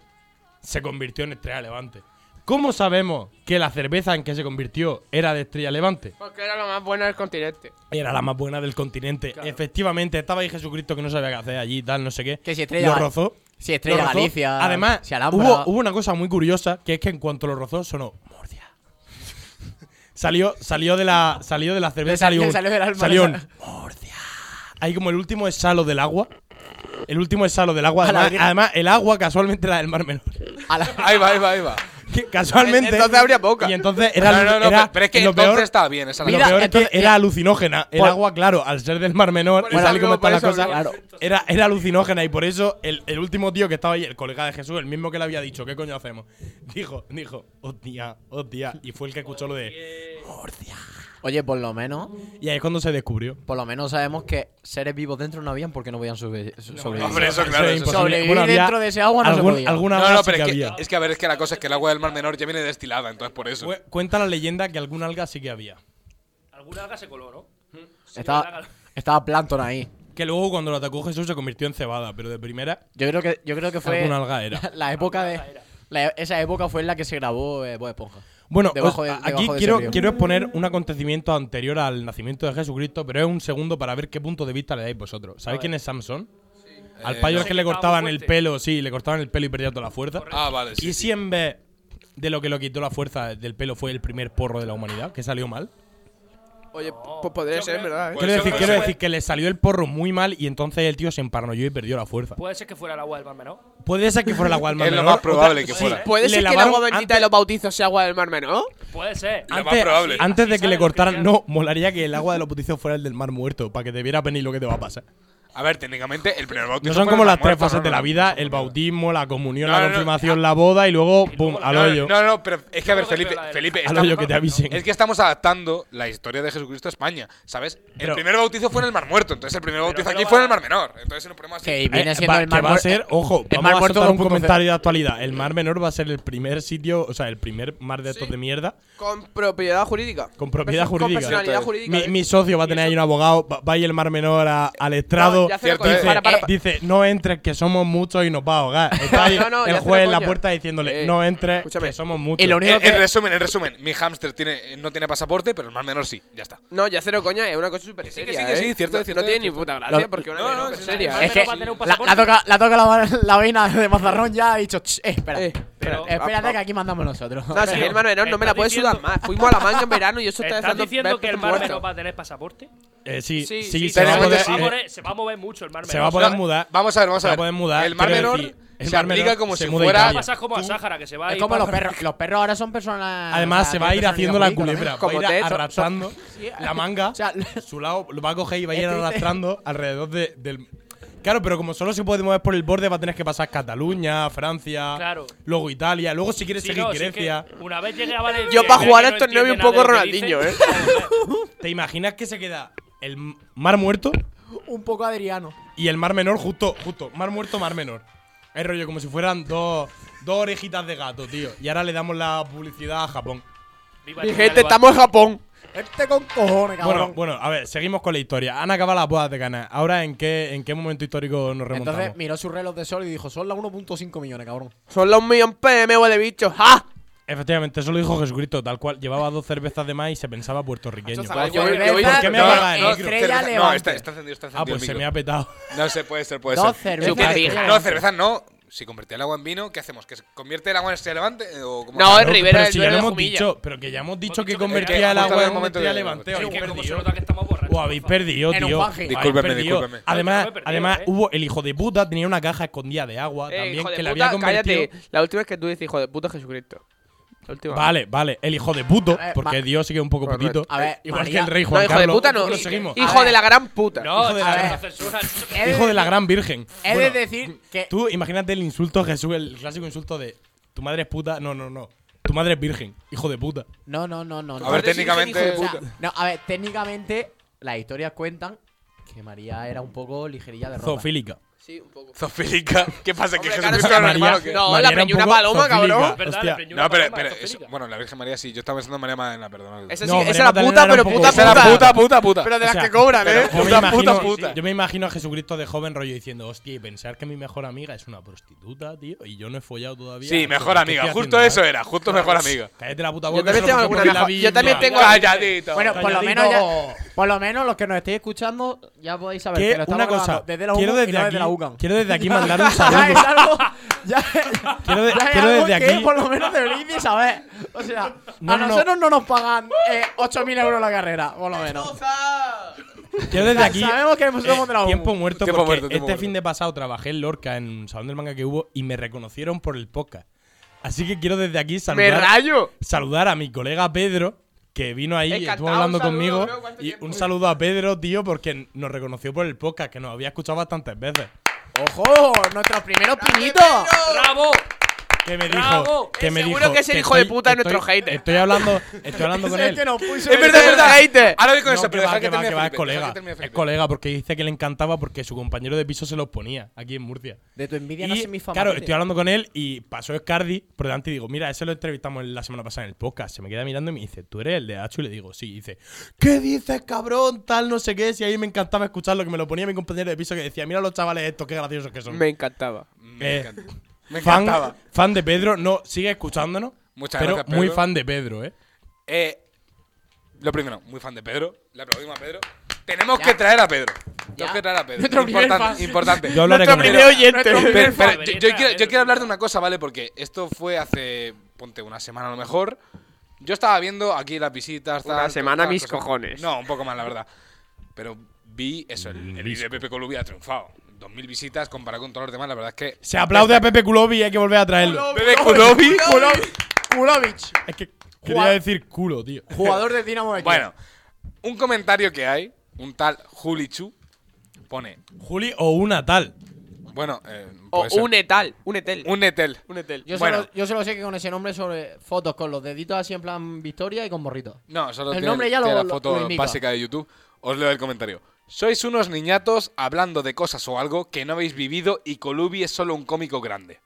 [SPEAKER 4] se convirtió en Estrella Levante. ¿Cómo sabemos que la cerveza en que se convirtió era de Estrella Levante?
[SPEAKER 6] Porque era lo más bueno del continente.
[SPEAKER 4] Era la más buena del continente. Efectivamente, estaba ahí Jesucristo que no sabía qué hacer allí, tal, no sé qué.
[SPEAKER 5] Que si estrella-
[SPEAKER 4] Lo rozó.
[SPEAKER 5] si estrella
[SPEAKER 4] lo rozó.
[SPEAKER 5] Galicia,
[SPEAKER 4] Además,
[SPEAKER 5] si Alhambra.
[SPEAKER 4] hubo, hubo una cosa muy curiosa, que es que en cuanto lo rozó, sonó Murcia. salió, salió de la. Salió de la cerveza.
[SPEAKER 5] Le
[SPEAKER 4] salió,
[SPEAKER 5] sal- le
[SPEAKER 4] un-
[SPEAKER 5] salió del alma.
[SPEAKER 4] salió un Murcia. Ahí como el último exhalo del agua. El último exhalo del agua.
[SPEAKER 5] A la
[SPEAKER 4] Además,
[SPEAKER 5] Virgen.
[SPEAKER 4] además, el agua casualmente era del Mar Menor.
[SPEAKER 5] A la-
[SPEAKER 2] Ahí va, ahí va, ahí va.
[SPEAKER 4] Que casualmente.
[SPEAKER 6] Entonces abría boca.
[SPEAKER 4] Y entonces era.
[SPEAKER 2] no, no, no,
[SPEAKER 4] era-
[SPEAKER 2] pero es que
[SPEAKER 4] lo
[SPEAKER 2] entonces
[SPEAKER 4] peor-
[SPEAKER 2] estaba bien esa
[SPEAKER 4] lo
[SPEAKER 5] Mira,
[SPEAKER 2] la
[SPEAKER 4] peor
[SPEAKER 5] entonces,
[SPEAKER 4] es que era
[SPEAKER 5] eh,
[SPEAKER 4] alucinógena. El
[SPEAKER 5] por-
[SPEAKER 4] agua, claro, al ser del Mar Menor,
[SPEAKER 6] Por
[SPEAKER 4] y
[SPEAKER 6] eso
[SPEAKER 4] tal y como
[SPEAKER 6] habló,
[SPEAKER 4] están las
[SPEAKER 6] por eso
[SPEAKER 4] cosas,
[SPEAKER 6] habló.
[SPEAKER 4] era, era alucinógena. Y por eso el, el último tío que estaba ahí, el colega de Jesús, el mismo que le había dicho, ¿qué coño hacemos? Dijo, dijo, hostia, hostia. Y fue el que escuchó lo de.
[SPEAKER 5] Oye, por lo menos,
[SPEAKER 4] Y ahí es cuando se descubrió.
[SPEAKER 5] por lo menos sabemos que seres vivos dentro no habían porque no podían sobre- so- sobrevivir.
[SPEAKER 2] Hombre, eso claro.
[SPEAKER 4] Era
[SPEAKER 2] eso-
[SPEAKER 5] imposible. Sobrevivir dentro de ese agua no se podía.
[SPEAKER 4] Alguna
[SPEAKER 2] No, no,
[SPEAKER 4] alga sí
[SPEAKER 2] pero es
[SPEAKER 4] que
[SPEAKER 2] que,
[SPEAKER 4] había.
[SPEAKER 2] es que a ver, es que la cosa es que el agua del Mar Menor ya viene destilada, entonces por eso.
[SPEAKER 4] Cu- Cuenta la leyenda que alguna alga sí que había.
[SPEAKER 8] Alguna alga se coló, ¿no? Sí, alguna
[SPEAKER 5] Estaba,
[SPEAKER 8] alga-
[SPEAKER 5] estaba Plankton ahí.
[SPEAKER 4] Que luego cuando lo atacó Jesús se convirtió en cebada, pero de primera.
[SPEAKER 5] Yo creo que, yo creo que fue.
[SPEAKER 4] Alguna alga era.
[SPEAKER 5] La época de.
[SPEAKER 8] era.
[SPEAKER 5] la- esa época fue en la que se grabó eh, Bob Esponja.
[SPEAKER 4] Bueno,
[SPEAKER 5] Debajo
[SPEAKER 4] os-
[SPEAKER 5] de-
[SPEAKER 4] a-
[SPEAKER 5] debajo
[SPEAKER 4] aquí
[SPEAKER 5] de ese
[SPEAKER 4] quiero,
[SPEAKER 5] río.
[SPEAKER 4] quiero exponer un acontecimiento anterior al nacimiento de Jesucristo, pero es un segundo para ver qué punto de vista le dais vosotros. ¿Sabéis quién es Samson?
[SPEAKER 2] Eh,
[SPEAKER 4] Al payo
[SPEAKER 8] no.
[SPEAKER 4] es que le
[SPEAKER 8] Estaba muy
[SPEAKER 4] cortaban el
[SPEAKER 8] fuerte.
[SPEAKER 4] pelo, sí, le cortaban el pelo y perdía toda la fuerza.
[SPEAKER 2] Ah, vale, sí.
[SPEAKER 4] ¿Y si en vez de lo que lo quitó la fuerza del pelo fue el primer porro de la humanidad, que salió mal?
[SPEAKER 6] Oye, pues podría
[SPEAKER 8] Yo
[SPEAKER 6] ser,
[SPEAKER 8] creo-
[SPEAKER 6] ¿verdad? eh?
[SPEAKER 2] Pues
[SPEAKER 4] Quiero
[SPEAKER 2] eso-
[SPEAKER 4] decir,
[SPEAKER 2] eso
[SPEAKER 4] quiero
[SPEAKER 2] fue-
[SPEAKER 4] decir que le salió el porro muy mal y entonces el tío se emparanoyó y perdió la fuerza.
[SPEAKER 8] Puede ser que fuera el agua del mar menor.
[SPEAKER 4] Puede ser que fuera la Walmart.
[SPEAKER 2] Es lo más probable que fuera.
[SPEAKER 6] ¿Puede ser que el agua bendita de los bautizos sea agua del mar menor?
[SPEAKER 8] Puede ser.
[SPEAKER 2] Lo más probable.
[SPEAKER 4] Antes de
[SPEAKER 8] Así
[SPEAKER 4] que le
[SPEAKER 8] saben los
[SPEAKER 4] cortaran,
[SPEAKER 8] cristianos.
[SPEAKER 4] no, molaría que el agua de los putizos fuera el del mar muerto, para que te viera venir lo que te va a pasar.
[SPEAKER 2] A ver, técnicamente el primer bautizo.
[SPEAKER 4] No son
[SPEAKER 2] fue
[SPEAKER 4] como
[SPEAKER 2] en la
[SPEAKER 4] las tres
[SPEAKER 2] muerte,
[SPEAKER 4] fases
[SPEAKER 2] no,
[SPEAKER 4] de
[SPEAKER 2] no,
[SPEAKER 4] la
[SPEAKER 2] no.
[SPEAKER 4] vida, el bautismo, la comunión,
[SPEAKER 2] No,
[SPEAKER 4] la
[SPEAKER 2] no, no.
[SPEAKER 4] confirmación, la boda y luego, pum, al
[SPEAKER 2] No,
[SPEAKER 4] hoyo.
[SPEAKER 2] No, no, pero es que a ver,
[SPEAKER 8] Yo creo que
[SPEAKER 2] Felipe,
[SPEAKER 8] la de-
[SPEAKER 2] Felipe,
[SPEAKER 4] Al
[SPEAKER 2] estamos-
[SPEAKER 4] hoyo que te avisen.
[SPEAKER 2] es que estamos adaptando la historia de Jesucristo a España, ¿sabes? El
[SPEAKER 4] Pero-
[SPEAKER 2] primer bautizo fue en el Mar Muerto, entonces el primer bautizo
[SPEAKER 8] pero
[SPEAKER 2] aquí
[SPEAKER 8] va-
[SPEAKER 2] fue en el Mar Menor, entonces si nos ponemos así.
[SPEAKER 5] Que viene
[SPEAKER 4] Eh,
[SPEAKER 5] siendo
[SPEAKER 4] va-
[SPEAKER 5] el mar
[SPEAKER 4] que va a
[SPEAKER 5] Muer-
[SPEAKER 4] ser, ojo,
[SPEAKER 5] el
[SPEAKER 4] vamos
[SPEAKER 5] mar
[SPEAKER 4] a
[SPEAKER 5] muerto
[SPEAKER 4] soltar un
[SPEAKER 5] 2.0.
[SPEAKER 4] comentario de actualidad. El Mar Menor va a ser el primer sitio, o sea, el primer mar de estos
[SPEAKER 6] Sí.
[SPEAKER 4] de mierda
[SPEAKER 6] Con propiedad jurídica.
[SPEAKER 4] con propiedad
[SPEAKER 6] Con
[SPEAKER 4] jurídica.
[SPEAKER 6] personalidad jurídica.
[SPEAKER 4] Mi,
[SPEAKER 6] ¿eh?
[SPEAKER 4] mi socio va a tener ahí un abogado, va, va a ir el Mar Menor a- al estrado.
[SPEAKER 6] No, ya hace
[SPEAKER 2] Cierto,
[SPEAKER 6] coño,
[SPEAKER 2] eh.
[SPEAKER 4] Dice,
[SPEAKER 6] para, para, para.
[SPEAKER 4] dice, no entres que somos muchos y nos va a ahogar. Está ahí
[SPEAKER 6] No, no,
[SPEAKER 4] el
[SPEAKER 6] ya se
[SPEAKER 4] juez
[SPEAKER 6] lo
[SPEAKER 4] en la
[SPEAKER 6] coño.
[SPEAKER 4] puerta diciéndole,
[SPEAKER 6] Eh,
[SPEAKER 4] no entres
[SPEAKER 6] escúchame.
[SPEAKER 4] que somos muchos.
[SPEAKER 5] Y lo único
[SPEAKER 2] En, en
[SPEAKER 5] que.
[SPEAKER 2] resumen, en resumen, mi hámster tiene, eh, no tiene pasaporte, pero el Mar Menor sí, ya está.
[SPEAKER 6] No, ya cero coña, es una cosa súper
[SPEAKER 2] sí, que
[SPEAKER 6] seria.
[SPEAKER 2] sí, que
[SPEAKER 6] ¿eh?
[SPEAKER 2] sí, cierto,
[SPEAKER 6] No-
[SPEAKER 2] cierto,
[SPEAKER 6] No tiene
[SPEAKER 2] cierto.
[SPEAKER 6] ni puta gracia
[SPEAKER 5] Lo-
[SPEAKER 6] porque una
[SPEAKER 2] No,
[SPEAKER 6] no,
[SPEAKER 2] no,
[SPEAKER 6] es
[SPEAKER 2] sí,
[SPEAKER 6] seria.
[SPEAKER 8] sí,
[SPEAKER 5] Es
[SPEAKER 6] ¿eh?
[SPEAKER 5] que
[SPEAKER 8] Va a tener un
[SPEAKER 5] la,
[SPEAKER 8] pasaporte.
[SPEAKER 5] la toca, la, toca la, la vaina de mazarrón ya ha dicho, "Ch, eh, espera.
[SPEAKER 6] Eh,
[SPEAKER 8] Pero-
[SPEAKER 5] espérate que aquí mandamos nosotros.
[SPEAKER 6] No, si
[SPEAKER 8] Pero-
[SPEAKER 6] el mar menor no me la puede
[SPEAKER 8] ¿estás diciendo-
[SPEAKER 6] sudar más. Fuimos a la manga en verano y eso está
[SPEAKER 8] ¿Estás
[SPEAKER 6] dejando
[SPEAKER 8] diciendo
[SPEAKER 6] ver
[SPEAKER 8] que el
[SPEAKER 6] peces
[SPEAKER 8] mar menor
[SPEAKER 6] muertos.
[SPEAKER 8] va a tener pasaporte?
[SPEAKER 4] Eh, sí, sí,
[SPEAKER 6] Sí, sí,
[SPEAKER 4] se va a
[SPEAKER 2] tenemos-
[SPEAKER 4] poder-
[SPEAKER 8] Se va a
[SPEAKER 4] eh,
[SPEAKER 8] mover- se va a mover mucho el mar menor.
[SPEAKER 4] se va a poder
[SPEAKER 8] O sea,
[SPEAKER 4] mudar.
[SPEAKER 2] Vamos a ver, vamos
[SPEAKER 4] Se
[SPEAKER 2] a
[SPEAKER 4] va a
[SPEAKER 2] ver.
[SPEAKER 4] poder mudar,
[SPEAKER 2] el Mar
[SPEAKER 4] quiero
[SPEAKER 2] Menor
[SPEAKER 4] decir, el
[SPEAKER 2] se
[SPEAKER 4] Mar
[SPEAKER 2] aplica
[SPEAKER 4] Menor
[SPEAKER 2] como
[SPEAKER 4] se
[SPEAKER 2] si
[SPEAKER 4] muda a
[SPEAKER 2] fuera.
[SPEAKER 4] Italia.
[SPEAKER 8] Pasas como a Sáhara, que se va a
[SPEAKER 5] Es
[SPEAKER 8] ir
[SPEAKER 5] como los
[SPEAKER 8] para-
[SPEAKER 5] perros. Los perros ahora son personas.
[SPEAKER 4] Además,
[SPEAKER 5] o sea,
[SPEAKER 4] se va a ir
[SPEAKER 5] tienen
[SPEAKER 4] haciendo la
[SPEAKER 5] personalidad
[SPEAKER 4] culebra. Va a
[SPEAKER 6] Como
[SPEAKER 4] ir
[SPEAKER 6] te-
[SPEAKER 4] arrastrando la manga.
[SPEAKER 5] O sea,
[SPEAKER 4] su lado lo va a coger y va a
[SPEAKER 5] Es
[SPEAKER 4] ir
[SPEAKER 5] triste.
[SPEAKER 4] arrastrando alrededor de- del. Claro, pero como solo se puede mover por el borde, va a tener que pasar Cataluña, Francia,
[SPEAKER 8] Claro.
[SPEAKER 4] luego Italia, luego si quieres
[SPEAKER 8] Sí,
[SPEAKER 4] seguir
[SPEAKER 8] no, sí, es que
[SPEAKER 4] Grecia.
[SPEAKER 8] una vez llegué a Valencia.
[SPEAKER 6] Yo
[SPEAKER 8] y
[SPEAKER 6] pa'
[SPEAKER 8] veo
[SPEAKER 6] jugar
[SPEAKER 8] que
[SPEAKER 6] al torneo vi un
[SPEAKER 8] entiende nada
[SPEAKER 6] poco
[SPEAKER 8] de lo que
[SPEAKER 6] Ronaldinho, ¿eh?
[SPEAKER 8] dice,
[SPEAKER 4] ¿Te imaginas que se queda el mar muerto
[SPEAKER 5] culebra. Un poco Adriano.
[SPEAKER 4] y el mar menor justo, justo, mar muerto, mar menor? Es rollo como si fueran dos, dos orejitas de gato, tío. Y ahora le damos la publicidad a Japón.
[SPEAKER 8] viva
[SPEAKER 6] Mi
[SPEAKER 8] China,
[SPEAKER 6] gente,
[SPEAKER 8] viva-
[SPEAKER 6] estamos en Japón.
[SPEAKER 5] Este con
[SPEAKER 4] Bueno,
[SPEAKER 5] cojones, cabrón.
[SPEAKER 4] bueno, a ver, seguimos con la historia. Han acabado las bodas de Cana. Ahora, ¿en qué, ¿en qué momento histórico nos remontamos?
[SPEAKER 5] Entonces miró su reloj de sol y dijo, son las 1.5 millones, cabrón.
[SPEAKER 6] Son los un millón PM, huele bicho.
[SPEAKER 4] Ah,
[SPEAKER 6] ¡Ja! Eh,
[SPEAKER 4] Efectivamente, eso lo dijo Jesucristo, tal cual. Llevaba dos cervezas de más y se pensaba puertorriqueño.
[SPEAKER 6] Macho,
[SPEAKER 2] Yo voy- yo voy-
[SPEAKER 5] Cerveza
[SPEAKER 4] ¿Por qué me
[SPEAKER 2] no,
[SPEAKER 4] apaga el
[SPEAKER 2] no,
[SPEAKER 4] micro?
[SPEAKER 5] Pues Estrella
[SPEAKER 2] cerveza- No, este-
[SPEAKER 5] Levante.
[SPEAKER 2] está, está encendido, está encendido.
[SPEAKER 4] Ah,
[SPEAKER 2] el
[SPEAKER 4] pues se
[SPEAKER 2] micro.
[SPEAKER 4] me ha petado.
[SPEAKER 2] No se puede ser, puede
[SPEAKER 5] Dos
[SPEAKER 2] ser.
[SPEAKER 5] cervezas.
[SPEAKER 2] No, cerveza no. si convertía el agua en vino, ¿qué hacemos? ¿Que se convierte el agua en relevante? eh, ¿O cómo
[SPEAKER 6] No,
[SPEAKER 2] hacemos?
[SPEAKER 6] es Rivera
[SPEAKER 4] pero
[SPEAKER 6] el
[SPEAKER 4] si ya
[SPEAKER 6] dueño
[SPEAKER 4] lo
[SPEAKER 6] de
[SPEAKER 4] hemos
[SPEAKER 6] Jumilla.
[SPEAKER 4] dicho, pero que ya hemos dicho
[SPEAKER 8] Hemos
[SPEAKER 4] que
[SPEAKER 8] dicho que
[SPEAKER 4] convertía
[SPEAKER 2] era-
[SPEAKER 4] el agua
[SPEAKER 2] justo
[SPEAKER 4] en
[SPEAKER 2] en el momento
[SPEAKER 4] Montreal
[SPEAKER 2] de-
[SPEAKER 4] Levante.
[SPEAKER 2] Es
[SPEAKER 4] Habéis
[SPEAKER 8] que como se
[SPEAKER 4] perdido.
[SPEAKER 8] nota que estamos borrachos.
[SPEAKER 4] O habéis
[SPEAKER 8] por favor.
[SPEAKER 4] perdido,
[SPEAKER 5] En un
[SPEAKER 4] tío.
[SPEAKER 5] baje.
[SPEAKER 4] Habéis
[SPEAKER 2] Discúlpeme,
[SPEAKER 4] perdido.
[SPEAKER 2] discúlpeme.
[SPEAKER 4] Además,
[SPEAKER 8] Yo me he perdido,
[SPEAKER 4] además
[SPEAKER 8] ¿eh?
[SPEAKER 4] hubo el hijo de puta tenía una caja escondida de agua
[SPEAKER 6] Eh,
[SPEAKER 4] también
[SPEAKER 6] hijo de
[SPEAKER 4] que le
[SPEAKER 6] puta,
[SPEAKER 4] había convertido.
[SPEAKER 6] cállate. La última es que tú dices, hijo de puta Jesucristo. La última.
[SPEAKER 4] Vale, vale, el hijo de puto,
[SPEAKER 5] A ver,
[SPEAKER 4] porque
[SPEAKER 5] ma-
[SPEAKER 4] Dios sí que es un poco
[SPEAKER 6] Correcto.
[SPEAKER 4] putito.
[SPEAKER 5] A ver,
[SPEAKER 4] Igual
[SPEAKER 5] María-
[SPEAKER 4] que el rey
[SPEAKER 6] No,
[SPEAKER 4] Juan
[SPEAKER 6] hijo de
[SPEAKER 4] Carlos.
[SPEAKER 6] puta no.
[SPEAKER 4] Lo seguimos.
[SPEAKER 6] Hijo de la gran puta.
[SPEAKER 8] No,
[SPEAKER 4] Hijo de
[SPEAKER 8] chaval,
[SPEAKER 5] la-
[SPEAKER 8] no censura.
[SPEAKER 5] He de-
[SPEAKER 4] Hijo de la gran virgen.
[SPEAKER 5] He de
[SPEAKER 4] Bueno, Mm.
[SPEAKER 5] decir que.
[SPEAKER 4] Tú imagínate el insulto Jesús, el clásico insulto de tu madre es puta. No, no, no. Tu madre es virgen, hijo de puta.
[SPEAKER 5] No, no, no, no.
[SPEAKER 2] A
[SPEAKER 5] no.
[SPEAKER 2] ver,
[SPEAKER 5] O sea,
[SPEAKER 2] técnicamente-
[SPEAKER 5] no, a ver, técnicamente, las historias cuentan que María era un poco ligerilla de ropa.
[SPEAKER 4] Zoofílica.
[SPEAKER 6] Sí, un poco.
[SPEAKER 2] Zoofílica. ¿Qué pasa? ¿Que
[SPEAKER 6] Hombre, claro,
[SPEAKER 2] Jesucristo
[SPEAKER 6] eso
[SPEAKER 2] era un
[SPEAKER 6] es
[SPEAKER 2] animal o
[SPEAKER 6] María.
[SPEAKER 2] qué?
[SPEAKER 6] No,
[SPEAKER 4] María
[SPEAKER 6] la
[SPEAKER 4] era un
[SPEAKER 6] preñó una
[SPEAKER 4] poco
[SPEAKER 6] paloma,
[SPEAKER 4] zoofílica.
[SPEAKER 6] cabrón.
[SPEAKER 8] ¿Verdad?
[SPEAKER 4] Hostia.
[SPEAKER 8] Le preñó
[SPEAKER 2] No,
[SPEAKER 8] una
[SPEAKER 2] pero,
[SPEAKER 8] paloma,
[SPEAKER 2] pero
[SPEAKER 8] es
[SPEAKER 2] eso-
[SPEAKER 8] zoofílica.
[SPEAKER 2] bueno, la Virgen María sí, yo estaba pensando en María Magdalena, perdón.
[SPEAKER 6] Esa
[SPEAKER 4] No,
[SPEAKER 6] sí,
[SPEAKER 4] María
[SPEAKER 6] esa era
[SPEAKER 4] Magdalena
[SPEAKER 6] puta,
[SPEAKER 4] era
[SPEAKER 6] pero
[SPEAKER 4] un poco-
[SPEAKER 6] puta,
[SPEAKER 4] Esa
[SPEAKER 2] era
[SPEAKER 6] puta.
[SPEAKER 2] puta, puta, puta.
[SPEAKER 6] Pero de las
[SPEAKER 4] O sea,
[SPEAKER 6] que cobran, ¿eh?
[SPEAKER 4] Yo me
[SPEAKER 2] Puta, puta,
[SPEAKER 4] imagino-
[SPEAKER 2] puta.
[SPEAKER 4] Yo me imagino a Jesucristo de joven rollo diciendo, hostia, y pensar que mi mejor amiga es una prostituta, tío, y yo no he follado todavía.
[SPEAKER 2] Sí, mejor amiga. Justo eso era, justo mejor amiga.
[SPEAKER 4] Cállate la puta
[SPEAKER 6] Yo
[SPEAKER 4] boca.
[SPEAKER 6] también
[SPEAKER 4] eso
[SPEAKER 6] tengo
[SPEAKER 4] lo
[SPEAKER 6] alguna
[SPEAKER 4] puso en
[SPEAKER 6] mejor-
[SPEAKER 4] la
[SPEAKER 6] yo
[SPEAKER 4] Biblia.
[SPEAKER 6] también tengo-
[SPEAKER 2] Calladito.
[SPEAKER 5] Bueno, por lo menos
[SPEAKER 4] Calladito.
[SPEAKER 5] ya. Por lo menos los que nos estéis escuchando ya podéis saber que
[SPEAKER 4] Que
[SPEAKER 5] lo estamos
[SPEAKER 4] una cosa,
[SPEAKER 5] grabando desde la
[SPEAKER 4] quiero
[SPEAKER 5] UGAN y
[SPEAKER 4] desde
[SPEAKER 5] no
[SPEAKER 4] aquí,
[SPEAKER 5] desde la UGAN.
[SPEAKER 4] quiero desde aquí mandar un saludo.
[SPEAKER 5] Ya es algo, ya,
[SPEAKER 4] Quiero de-
[SPEAKER 5] ya es
[SPEAKER 4] quiero
[SPEAKER 5] algo
[SPEAKER 4] desde
[SPEAKER 5] que
[SPEAKER 4] aquí-
[SPEAKER 5] por lo menos deberíis de saber. O sea,
[SPEAKER 4] No,
[SPEAKER 5] a
[SPEAKER 4] no, no.
[SPEAKER 5] nosotros no, nos pagan eh, 8.000 euros la carrera, por lo menos.
[SPEAKER 4] Quiero desde aquí.
[SPEAKER 5] Sabemos que somos de la UGAN.
[SPEAKER 4] Eh, Tiempo muerto
[SPEAKER 2] Tiempo
[SPEAKER 4] porque
[SPEAKER 2] muerto, tiempo
[SPEAKER 4] este
[SPEAKER 2] muerto.
[SPEAKER 4] fin de pasado trabajé en Lorca en un salón del manga que hubo y me reconocieron por el podcast. Así que quiero desde aquí
[SPEAKER 6] Me
[SPEAKER 4] saludar,
[SPEAKER 6] rayo.
[SPEAKER 4] saludar a mi colega Pedro que vino ahí y
[SPEAKER 6] Encantado,
[SPEAKER 4] estuvo hablando
[SPEAKER 6] un saludo,
[SPEAKER 4] conmigo.
[SPEAKER 6] bro, ¿cuánto
[SPEAKER 4] Y
[SPEAKER 6] tiempo?
[SPEAKER 4] un saludo a Pedro, tío, porque nos reconoció por el podcast que nos había escuchado bastantes veces.
[SPEAKER 5] ¡Ojo! ¡Nuestros primeros pinitos!
[SPEAKER 8] ¡Bravo!
[SPEAKER 4] Que me
[SPEAKER 8] ¡Bravo!
[SPEAKER 4] dijo, que
[SPEAKER 6] Eh,
[SPEAKER 4] me
[SPEAKER 6] seguro
[SPEAKER 4] dijo
[SPEAKER 6] que es el hijo de puta de nuestro hater. este
[SPEAKER 4] Estoy hablando, estoy hablando con
[SPEAKER 5] Ese
[SPEAKER 4] él.
[SPEAKER 5] que nos puso
[SPEAKER 6] Es
[SPEAKER 5] el-
[SPEAKER 6] verdad, es
[SPEAKER 4] eh.
[SPEAKER 6] verdad, hater.
[SPEAKER 2] Ahora voy con eso,
[SPEAKER 4] No, que
[SPEAKER 2] pero
[SPEAKER 4] va,
[SPEAKER 2] deja
[SPEAKER 4] que
[SPEAKER 2] que
[SPEAKER 4] va,
[SPEAKER 2] termine
[SPEAKER 4] que va,
[SPEAKER 2] Felipe,
[SPEAKER 4] es
[SPEAKER 2] deja
[SPEAKER 4] colega.
[SPEAKER 2] que termine
[SPEAKER 4] Es
[SPEAKER 2] Felipe.
[SPEAKER 4] colega porque dice que le encantaba porque su compañero de piso se los ponía aquí en Murcia.
[SPEAKER 5] De tu envidia no
[SPEAKER 4] Y,
[SPEAKER 5] sé mi fama.
[SPEAKER 4] claro,
[SPEAKER 5] Peter.
[SPEAKER 4] estoy hablando con él y pasó Scardi por delante y digo, mira, ese lo entrevistamos la semana pasada en el podcast. Se me queda mirando y me dice, ¿tú eres el de Hachu? Y le digo, sí. Y dice, ¿qué dices, cabrón? Tal, no sé qué. Si ahí me encantaba escucharlo, que me lo ponía mi compañero de piso que decía, mira los chavales estos, qué graciosos que son.
[SPEAKER 6] Me encantaba.
[SPEAKER 4] Eh,
[SPEAKER 2] Me
[SPEAKER 4] fan,
[SPEAKER 2] encantaba.
[SPEAKER 4] fan de Pedro, no, sigue escuchándonos.
[SPEAKER 2] Muchas
[SPEAKER 4] pero
[SPEAKER 2] gracias,
[SPEAKER 4] muy
[SPEAKER 2] Pedro.
[SPEAKER 4] fan de Pedro, ¿eh?
[SPEAKER 2] Eh, lo primero, muy fan de Pedro. Le aplaudimos a Pedro. Tenemos que traer a Pedro. Tenemos que traer a Pedro.
[SPEAKER 5] Nuestro primer
[SPEAKER 2] importante,
[SPEAKER 5] fan.
[SPEAKER 2] importante.
[SPEAKER 4] Yo hablaré
[SPEAKER 6] Nuestro
[SPEAKER 4] con él.
[SPEAKER 6] primer oyente.
[SPEAKER 2] Pero- pero
[SPEAKER 8] fan.
[SPEAKER 2] yo, yo quiero, yo
[SPEAKER 8] Pedro.
[SPEAKER 2] quiero hablar de una cosa, ¿vale? Porque esto fue hace, ponte, una semana a lo mejor. Yo estaba viendo aquí las visitas.
[SPEAKER 6] Una
[SPEAKER 2] tal,
[SPEAKER 6] semana,
[SPEAKER 2] tal
[SPEAKER 6] mis
[SPEAKER 2] cosa.
[SPEAKER 6] cojones.
[SPEAKER 2] No, un poco más, la verdad. Pero vi eso, el, el vídeo de Pepe Colubi ha triunfado. 2.000 visitas comparado con todos los demás, la verdad es que.
[SPEAKER 4] Se aplaude a Pepe Culobi y hay que volver a traerlo.
[SPEAKER 2] Pepe Colubi.
[SPEAKER 5] Kulovic,
[SPEAKER 4] Es que quería
[SPEAKER 5] Jugar-
[SPEAKER 4] decir culo, tío.
[SPEAKER 5] jugador de Dinamo de Kiev.
[SPEAKER 2] Bueno, un comentario que hay, un tal Julichu, pone.
[SPEAKER 4] Juli o una tal.
[SPEAKER 2] Bueno, eh,
[SPEAKER 6] O
[SPEAKER 2] puede ser.
[SPEAKER 6] un etal. Un etel.
[SPEAKER 2] Un Etel.
[SPEAKER 6] Un etel.
[SPEAKER 5] Yo,
[SPEAKER 2] Bueno.
[SPEAKER 5] solo, yo solo sé que con ese nombre sobre fotos con los deditos así en plan Victoria y con morritos.
[SPEAKER 2] No, solo
[SPEAKER 5] El
[SPEAKER 2] tiene,
[SPEAKER 5] nombre ya lo-
[SPEAKER 2] tiene la
[SPEAKER 5] lo-
[SPEAKER 2] foto
[SPEAKER 5] lo indica.
[SPEAKER 2] básica de YouTube. Os leo el comentario. Sois unos niñatos hablando de cosas o algo que no habéis vivido y Colubi es solo un cómico grande.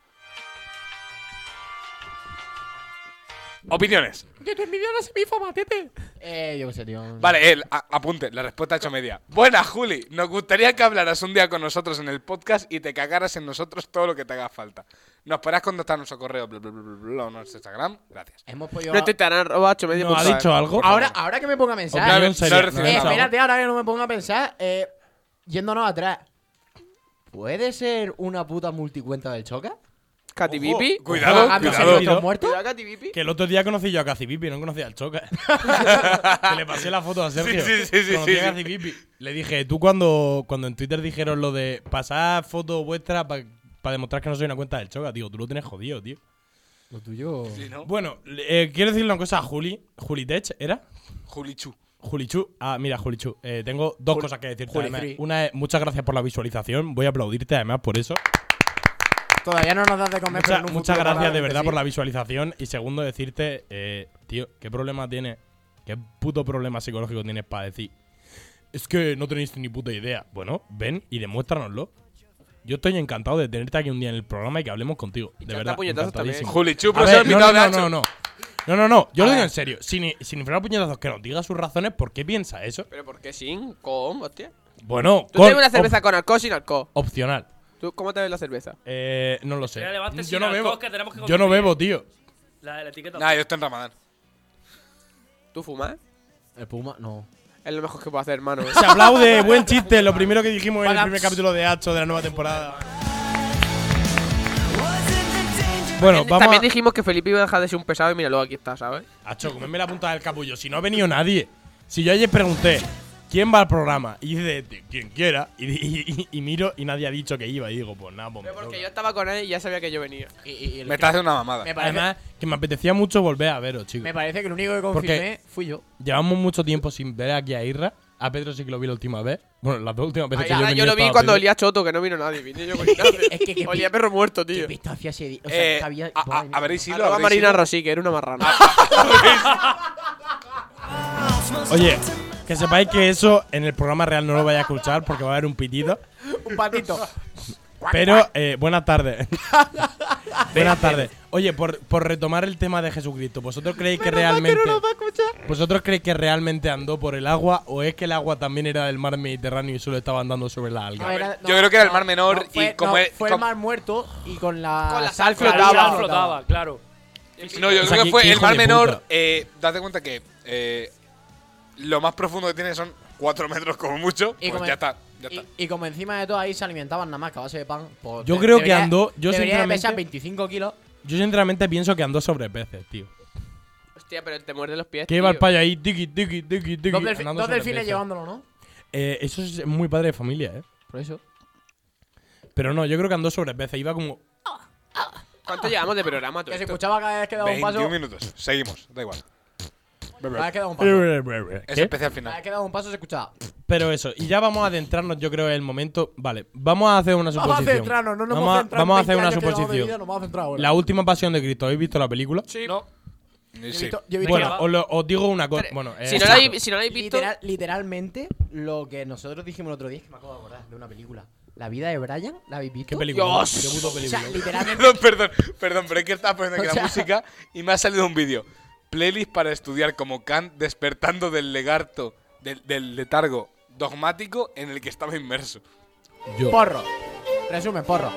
[SPEAKER 2] Opiniones.
[SPEAKER 5] Que tu envidia no es mi fama, tete. Eh, yo qué sé, tío.
[SPEAKER 2] Vale, él, a- apunte, la respuesta hecho media. Buena, Juli. Nos gustaría que hablaras un día con nosotros en el podcast y te cagaras en nosotros todo lo que te haga falta. Nos podrás contactar a nuestro correo, bla, bla, bla, bla, bla, o nuestro Instagram. Gracias.
[SPEAKER 5] Hemos podido.
[SPEAKER 6] No este te estarán arroba ocho medio
[SPEAKER 4] ¿No ha
[SPEAKER 6] punto,
[SPEAKER 4] dicho
[SPEAKER 6] ¿eh?
[SPEAKER 4] algo?
[SPEAKER 2] Ah,
[SPEAKER 5] ahora, ahora que me ponga a pensar.
[SPEAKER 4] Opinión
[SPEAKER 2] no,
[SPEAKER 4] seria,
[SPEAKER 2] no,
[SPEAKER 4] no,
[SPEAKER 5] Eh,
[SPEAKER 2] no,
[SPEAKER 4] no.
[SPEAKER 5] espérate, ahora que no me ponga a pensar. Eh, yéndonos atrás. ¿Puede ser una puta multicuenta del Choca? Ah,
[SPEAKER 6] Katy Bibi.
[SPEAKER 2] Cuidado,
[SPEAKER 5] ¿Han
[SPEAKER 4] cuidado.
[SPEAKER 5] salido otros muertos?
[SPEAKER 6] Cuidado, Katy Bibi.
[SPEAKER 4] Que el otro día conocí yo a Cacipipi, no conocía al Choca. que le pasé la foto a Sergio.
[SPEAKER 2] Sí, sí, sí, sí,
[SPEAKER 4] conocí
[SPEAKER 2] sí,
[SPEAKER 4] a
[SPEAKER 2] sí.
[SPEAKER 4] Cacipipi. Le dije, tú cuando, cuando en Twitter dijeron lo de pasar fotos vuestras para demostrar que no soy una cuenta del Choca, digo, tú lo tienes jodido, tío.
[SPEAKER 5] Lo tuyo.
[SPEAKER 2] Sí, ¿no?
[SPEAKER 4] Bueno, eh, quiero decirle una cosa a Juli. ¿Juli Tech era?
[SPEAKER 2] Julichu.
[SPEAKER 4] Julichu, ah, mira, Julichu, eh, tengo dos cosas que decirte.
[SPEAKER 5] Juli
[SPEAKER 4] además.
[SPEAKER 5] Free.
[SPEAKER 4] Una es, muchas gracias por la visualización. Voy a aplaudirte además por eso.
[SPEAKER 5] Todavía no nos das de comer.
[SPEAKER 4] Mucha-
[SPEAKER 5] pero en un
[SPEAKER 4] muchas
[SPEAKER 5] futuro
[SPEAKER 4] gracias de
[SPEAKER 5] probablemente
[SPEAKER 4] verdad
[SPEAKER 5] sí.
[SPEAKER 4] por la visualización. Y segundo, decirte, eh, tío, ¿qué problema tiene? ¿Qué puto problema psicológico tienes para decir? Es que no tenéis ni puta idea. Bueno, ven y demuéstranoslo. Yo estoy encantado de tenerte aquí un día en el programa y que hablemos contigo. De
[SPEAKER 6] chanta
[SPEAKER 4] verdad.
[SPEAKER 6] puñetazos también.
[SPEAKER 4] encantadísimo.
[SPEAKER 2] Julichu,
[SPEAKER 4] A
[SPEAKER 2] pero se ha
[SPEAKER 4] ver, no,
[SPEAKER 2] invitado
[SPEAKER 4] no,
[SPEAKER 2] a
[SPEAKER 4] no,
[SPEAKER 2] Nacho.
[SPEAKER 4] no, no. No, no, no. Yo lo digo en serio. Sin, sin inflar puñetazos, que nos diga sus razones, ¿por qué piensa eso?
[SPEAKER 6] Pero ¿por qué sin? ¿Con? Hostia.
[SPEAKER 4] Bueno,
[SPEAKER 6] Tú
[SPEAKER 4] con-
[SPEAKER 6] tienes una cerveza
[SPEAKER 4] op-
[SPEAKER 6] con alcohol sin alcohol.
[SPEAKER 4] opcional.
[SPEAKER 6] ¿Tú cómo te ves la cerveza?
[SPEAKER 4] Eh, no lo sé.
[SPEAKER 8] Mira, levante
[SPEAKER 4] Yo
[SPEAKER 8] sin
[SPEAKER 4] no
[SPEAKER 8] alcohol,
[SPEAKER 4] bebo.
[SPEAKER 8] que tenemos que
[SPEAKER 4] Yo no
[SPEAKER 8] consumir.
[SPEAKER 4] bebo, tío.
[SPEAKER 8] La de la etiqueta.
[SPEAKER 2] Nah, yo estoy en Ramadán.
[SPEAKER 6] ¿Tú fumas?
[SPEAKER 5] El Puma, no.
[SPEAKER 6] Es lo mejor que puedo hacer, hermano. ¿eh?
[SPEAKER 4] Se aplaude, buen chiste, lo primero que dijimos en el
[SPEAKER 5] Para-
[SPEAKER 4] primer capítulo de Hacho de la nueva temporada. Bueno, vamos a...
[SPEAKER 6] También dijimos que Felipe iba a dejar de ser un pesado y mira, luego aquí está, ¿sabes?
[SPEAKER 4] Acho, comerme la punta del capullo. Si no ha venido nadie. Si yo ayer pregunté, ¿quién va al programa? Y dice, "Tío, quien quiera. Y, y- y- y miro y nadie ha dicho que iba. Y digo, pues nada, pues me
[SPEAKER 6] Pero porque
[SPEAKER 4] toca".
[SPEAKER 6] yo estaba con él y ya sabía que yo venía.
[SPEAKER 5] Y- y- y el
[SPEAKER 2] Me
[SPEAKER 5] que-
[SPEAKER 2] estás haciendo una mamada.
[SPEAKER 5] me parece,
[SPEAKER 4] Además, que me apetecía mucho volver a veros, chicos.
[SPEAKER 5] me parece que el único que confirmé fui yo.
[SPEAKER 4] Llevamos mucho tiempo sin ver aquí a Irra. A Pedro sí que lo vi la última vez. Bueno, las dos últimas veces
[SPEAKER 6] Ahí,
[SPEAKER 4] que yo
[SPEAKER 6] ahora
[SPEAKER 4] he
[SPEAKER 6] yo,
[SPEAKER 4] venido
[SPEAKER 6] lo vi
[SPEAKER 4] estaba
[SPEAKER 6] cuando
[SPEAKER 4] Pedro.
[SPEAKER 6] olía a Choto, que no vino nadie. Vine yo con nadie.
[SPEAKER 5] Es que- que-
[SPEAKER 6] olía a perro muerto,
[SPEAKER 5] Qué
[SPEAKER 6] tío.
[SPEAKER 5] pista hacía ese día. O sea,
[SPEAKER 2] Eh,
[SPEAKER 5] que había-
[SPEAKER 2] a- a-
[SPEAKER 5] madre mía.
[SPEAKER 2] habréis ido,
[SPEAKER 6] Arroba
[SPEAKER 2] habréis
[SPEAKER 6] Marina
[SPEAKER 2] ido.
[SPEAKER 6] Rossi, que era una marrana.
[SPEAKER 4] Oye, que sepáis que eso en el programa real no lo vais a escuchar porque va a haber un pitido.
[SPEAKER 5] Un patito.
[SPEAKER 4] Pero, eh, buenas tardes. buenas tardes. Oye, por, por retomar el tema de Jesucristo, ¿vosotros creéis que realmente. ¿Vosotros creéis que realmente andó por el agua o es que el agua también era del mar Mediterráneo y solo estaba andando sobre la alga?
[SPEAKER 5] No, era-
[SPEAKER 2] yo creo que era el Mar Menor
[SPEAKER 5] no, fue-
[SPEAKER 2] y como
[SPEAKER 5] no,
[SPEAKER 2] es-
[SPEAKER 5] fue el
[SPEAKER 2] como-
[SPEAKER 5] mar muerto y con la,
[SPEAKER 6] Con la sal
[SPEAKER 8] Claro,
[SPEAKER 6] flotaba.
[SPEAKER 8] ya flotaba, claro.
[SPEAKER 2] No, yo
[SPEAKER 4] O sea,
[SPEAKER 2] creo
[SPEAKER 4] qué-
[SPEAKER 2] que fue
[SPEAKER 4] qué
[SPEAKER 2] el
[SPEAKER 4] hijo
[SPEAKER 2] mar
[SPEAKER 4] de
[SPEAKER 2] menor.
[SPEAKER 4] puta.
[SPEAKER 2] Eh, date cuenta que eh, lo más profundo que tiene son 4 metros como mucho.
[SPEAKER 5] Y
[SPEAKER 2] Pues
[SPEAKER 5] como-
[SPEAKER 2] ya está. Ya
[SPEAKER 5] Y,
[SPEAKER 2] está.
[SPEAKER 5] y como encima de todo ahí se alimentaban nada más que a base de pan. pues
[SPEAKER 4] Yo
[SPEAKER 5] de-
[SPEAKER 4] creo que
[SPEAKER 5] debería-
[SPEAKER 4] andó- yo
[SPEAKER 5] debería de
[SPEAKER 4] sinceramente-
[SPEAKER 5] pesar 25 kilos.
[SPEAKER 4] Yo sinceramente pienso que andó sobre peces, tío.
[SPEAKER 6] Hostia, pero te muerde los pies.
[SPEAKER 4] Que iba el
[SPEAKER 6] tío.
[SPEAKER 4] payo ahí, tiki, tiki, tiki, tiki.
[SPEAKER 5] Dos, delfi-
[SPEAKER 4] andando
[SPEAKER 5] dos
[SPEAKER 4] sobre
[SPEAKER 5] delfines
[SPEAKER 4] peces.
[SPEAKER 5] llevándolo, ¿no?
[SPEAKER 4] Eh, eso es muy padre de familia, eh.
[SPEAKER 5] Por eso.
[SPEAKER 4] Pero no, yo creo que andó sobre peces. Iba como.
[SPEAKER 6] ¿Cuánto llevamos de programa, tú?
[SPEAKER 5] Que se
[SPEAKER 6] esto?
[SPEAKER 5] escuchaba cada vez que daba un paso.
[SPEAKER 2] 21 minutos. Seguimos, da igual.
[SPEAKER 5] Cada vez que daba un paso.
[SPEAKER 2] Es
[SPEAKER 4] ¿Qué?
[SPEAKER 2] especial
[SPEAKER 5] Cada
[SPEAKER 2] final.
[SPEAKER 5] vez que daba un paso se escuchaba.
[SPEAKER 4] Pero eso, y ya vamos a adentrarnos, yo creo, en el momento. Vale, vamos a hacer una
[SPEAKER 5] Vamos a
[SPEAKER 4] suposición.
[SPEAKER 5] centrarnos, no nos
[SPEAKER 4] Vamos a-
[SPEAKER 5] centrar en
[SPEAKER 4] vamos a hacer
[SPEAKER 5] 20
[SPEAKER 4] una
[SPEAKER 5] años que llevamos de vida,
[SPEAKER 4] suposición.
[SPEAKER 5] nos vamos a centrar ahora.
[SPEAKER 4] La última pasión de Cristo, ¿habéis visto la película?
[SPEAKER 6] Sí.
[SPEAKER 2] No. Eh,
[SPEAKER 5] Yo he
[SPEAKER 2] sí.
[SPEAKER 5] visto- yo he visto
[SPEAKER 4] Bueno,
[SPEAKER 5] la-
[SPEAKER 4] os, lo- os digo una cosa.
[SPEAKER 6] Tre-
[SPEAKER 4] Bueno, eh,
[SPEAKER 6] si, no la habéis, si no la habéis visto,
[SPEAKER 5] Literal- literalmente, lo que nosotros dijimos el otro día es que me acabo de acordar de una película. La vida de Brian, ¿la habéis visto?
[SPEAKER 4] ¿Qué película?
[SPEAKER 6] Dios.
[SPEAKER 4] Qué puto
[SPEAKER 5] O
[SPEAKER 4] película.
[SPEAKER 5] sea, literalmente.
[SPEAKER 2] Perdón, perdón, perdón, pero es que estaba poniendo aquí
[SPEAKER 5] O
[SPEAKER 2] la
[SPEAKER 5] sea-
[SPEAKER 2] música y me ha salido un vídeo. Playlist para estudiar como Kant despertando del legarto, del, del letargo dogmático en el que estaba inmerso.
[SPEAKER 4] Yo.
[SPEAKER 5] Porro. Resumen, porro.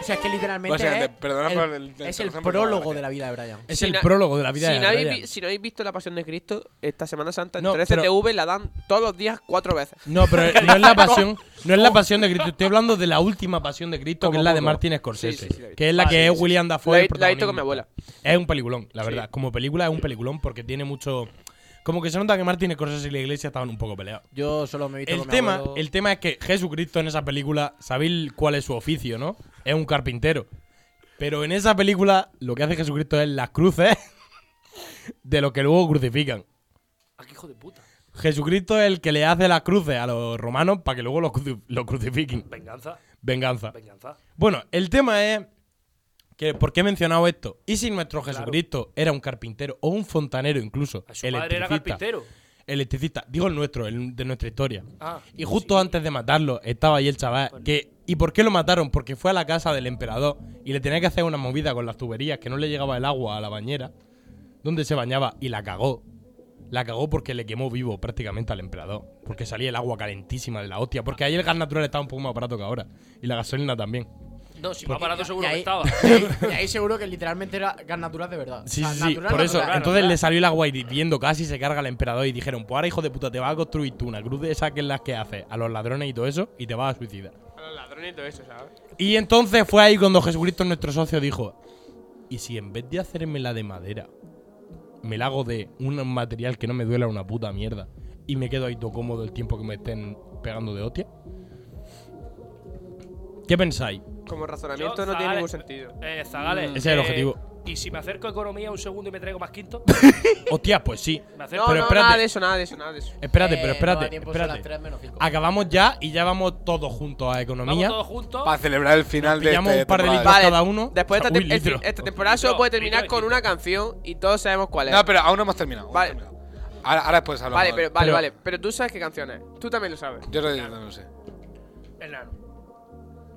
[SPEAKER 5] O sea, es que literalmente.
[SPEAKER 2] Básicamente,
[SPEAKER 5] es
[SPEAKER 2] perdona
[SPEAKER 5] el-
[SPEAKER 2] por el-
[SPEAKER 5] es el
[SPEAKER 2] perdona por la
[SPEAKER 5] prólogo
[SPEAKER 2] gracia.
[SPEAKER 5] de la vida de Brian.
[SPEAKER 4] Es
[SPEAKER 6] Si
[SPEAKER 4] el
[SPEAKER 6] na-
[SPEAKER 4] prólogo de la vida
[SPEAKER 6] si,
[SPEAKER 4] de
[SPEAKER 6] no habéis,
[SPEAKER 4] Brian.
[SPEAKER 6] vi- si no habéis visto La Pasión de Cristo, esta Semana Santa en
[SPEAKER 4] No,
[SPEAKER 6] 13 TV la dan todos los días cuatro veces.
[SPEAKER 4] No, pero eh, no es la pasión, no es
[SPEAKER 6] Oh.
[SPEAKER 4] la pasión de Cristo. Estoy hablando de la última pasión de Cristo, que es la de Martin Scorsese,
[SPEAKER 6] Sí, sí, sí, la he visto.
[SPEAKER 4] que es la
[SPEAKER 6] Ah,
[SPEAKER 4] que
[SPEAKER 6] sí,
[SPEAKER 4] es
[SPEAKER 6] sí, sí.
[SPEAKER 4] William
[SPEAKER 6] La
[SPEAKER 4] Dafoe.
[SPEAKER 6] he-
[SPEAKER 4] el
[SPEAKER 6] la he visto con mi
[SPEAKER 4] protagonista.
[SPEAKER 6] abuela.
[SPEAKER 4] Es un peliculón, la verdad. Como película es un peliculón porque tiene mucho, como que se nota que Martin Scorsese y la Iglesia estaban un poco peleados.
[SPEAKER 5] Yo solo me he visto
[SPEAKER 4] El
[SPEAKER 5] con mi
[SPEAKER 4] tema,
[SPEAKER 5] abuelo.
[SPEAKER 4] el tema es que Jesucristo en esa película, sabéis cuál es su oficio, ¿no? Es un carpintero. Pero en esa película lo que hace Jesucristo es las cruces de los que luego crucifican.
[SPEAKER 8] Ah, qué hijo de puta.
[SPEAKER 4] Jesucristo es el que le hace las cruces a los romanos para que luego los, cruci- los crucifiquen.
[SPEAKER 8] Venganza,
[SPEAKER 4] Venganza.
[SPEAKER 8] venganza.
[SPEAKER 4] Bueno, el tema es que ¿por qué he mencionado esto? ¿Y si nuestro Jesucristo era un carpintero o un fontanero incluso?
[SPEAKER 8] Su padre era
[SPEAKER 4] electricista?
[SPEAKER 8] carpintero.
[SPEAKER 4] electricista, digo el nuestro, el de nuestra historia.
[SPEAKER 8] Ah,
[SPEAKER 4] y justo antes de matarlo estaba ahí el chaval que ¿y por qué lo mataron? Porque fue a la casa del emperador y le tenía que hacer una movida con las tuberías que no le llegaba el agua a la bañera donde se bañaba y la cagó. La cagó porque le quemó vivo prácticamente al emperador. Porque salía el agua calentísima de la hostia. Porque ahí el gas natural estaba un poco más barato que ahora. Y la gasolina también.
[SPEAKER 8] No, si más barato seguro
[SPEAKER 5] y
[SPEAKER 8] que
[SPEAKER 5] ahí,
[SPEAKER 8] estaba.
[SPEAKER 5] y ahí- y ahí seguro que literalmente era gas natural de verdad.
[SPEAKER 4] Sí,
[SPEAKER 5] O sea,
[SPEAKER 4] sí, sí,
[SPEAKER 5] natural,
[SPEAKER 4] por eso.
[SPEAKER 5] natural.
[SPEAKER 4] Entonces le salió el agua hirviendo casi, se carga el emperador y dijeron, pues ahora hijo de puta, te vas a construir tú una cruz de esas que es las que haces a los ladrones y todo eso y te vas a suicidar.
[SPEAKER 6] A los ladrones y todo eso, ¿sabes?
[SPEAKER 4] Y entonces fue ahí cuando Jesucristo, nuestro socio, dijo, ¿y si en vez de hacerme la de madera, me la hago de un material que no me duela una puta mierda y me quedo ahí todo cómodo el tiempo que me estén pegando de hostia? ¿Qué pensáis?
[SPEAKER 6] Como razonamiento
[SPEAKER 8] Yo,
[SPEAKER 6] no tiene
[SPEAKER 8] Zagales-
[SPEAKER 6] ningún sentido.
[SPEAKER 8] Eh, Zagales.
[SPEAKER 4] Ese es el objetivo.
[SPEAKER 8] ¿Y si me acerco a economía un segundo y me traigo más quinto?
[SPEAKER 4] Hostia, pues sí.
[SPEAKER 8] Me acerco.
[SPEAKER 6] No,
[SPEAKER 4] Pero
[SPEAKER 6] no,
[SPEAKER 4] espérate.
[SPEAKER 6] nada de eso, nada de eso, nada de eso.
[SPEAKER 4] Espérate, pero
[SPEAKER 5] Eh, no da
[SPEAKER 4] espérate,
[SPEAKER 5] tiempo, son las
[SPEAKER 4] espérate. Ah.
[SPEAKER 5] tres menos cinco.
[SPEAKER 4] Acabamos ya y ya vamos todos juntos a
[SPEAKER 8] Vamos
[SPEAKER 4] economía.
[SPEAKER 8] todos juntos.
[SPEAKER 2] Para celebrar el final de
[SPEAKER 4] pillamos
[SPEAKER 2] este
[SPEAKER 4] un par de
[SPEAKER 2] temporada.
[SPEAKER 4] litros. cada uno.
[SPEAKER 6] Después de esta,
[SPEAKER 4] Uy,
[SPEAKER 6] tem- este-
[SPEAKER 4] litro.
[SPEAKER 6] esta temporada solo
[SPEAKER 8] Litro,
[SPEAKER 6] puede
[SPEAKER 8] litro
[SPEAKER 6] terminar
[SPEAKER 8] y
[SPEAKER 6] con
[SPEAKER 8] litro.
[SPEAKER 6] una canción y todos sabemos cuál es.
[SPEAKER 2] No, pero aún no hemos terminado. aún no
[SPEAKER 6] Vale.
[SPEAKER 2] hemos terminado. Ahora, ahora después hablamos.
[SPEAKER 6] vale, pero, vale,
[SPEAKER 4] Pero-
[SPEAKER 6] vale. Pero tú sabes qué canción es. Tú también lo sabes.
[SPEAKER 2] Yo no, yo no lo sé.
[SPEAKER 8] Enano.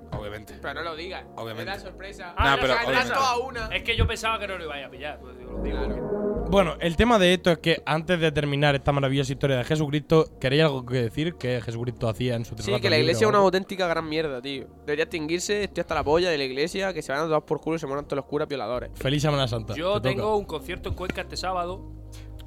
[SPEAKER 2] Obviamente.
[SPEAKER 6] Pero no lo digas.
[SPEAKER 2] Obviamente.
[SPEAKER 6] Era sorpresa.
[SPEAKER 8] Ah,
[SPEAKER 2] No, pero
[SPEAKER 8] era sorpresa.
[SPEAKER 2] obviamente.
[SPEAKER 6] Toda una.
[SPEAKER 8] Es que yo pensaba que no lo ibais a pillar. pues digo, lo digo porque-
[SPEAKER 4] Bueno, el tema de esto es que antes de terminar esta maravillosa historia de Jesucristo, ¿queréis algo que decir que Jesucristo hacía en su
[SPEAKER 6] Sí,
[SPEAKER 4] rato
[SPEAKER 6] que la
[SPEAKER 4] libre o
[SPEAKER 6] iglesia es una
[SPEAKER 4] algo?
[SPEAKER 6] auténtica gran mierda, tío. Debería extinguirse, estoy hasta la polla de la iglesia, que se van a dar por culo y se mueran todos los curas violadores.
[SPEAKER 4] Feliz Semana Santa.
[SPEAKER 8] Yo
[SPEAKER 4] te toca.
[SPEAKER 8] tengo un concierto en Cuenca este sábado,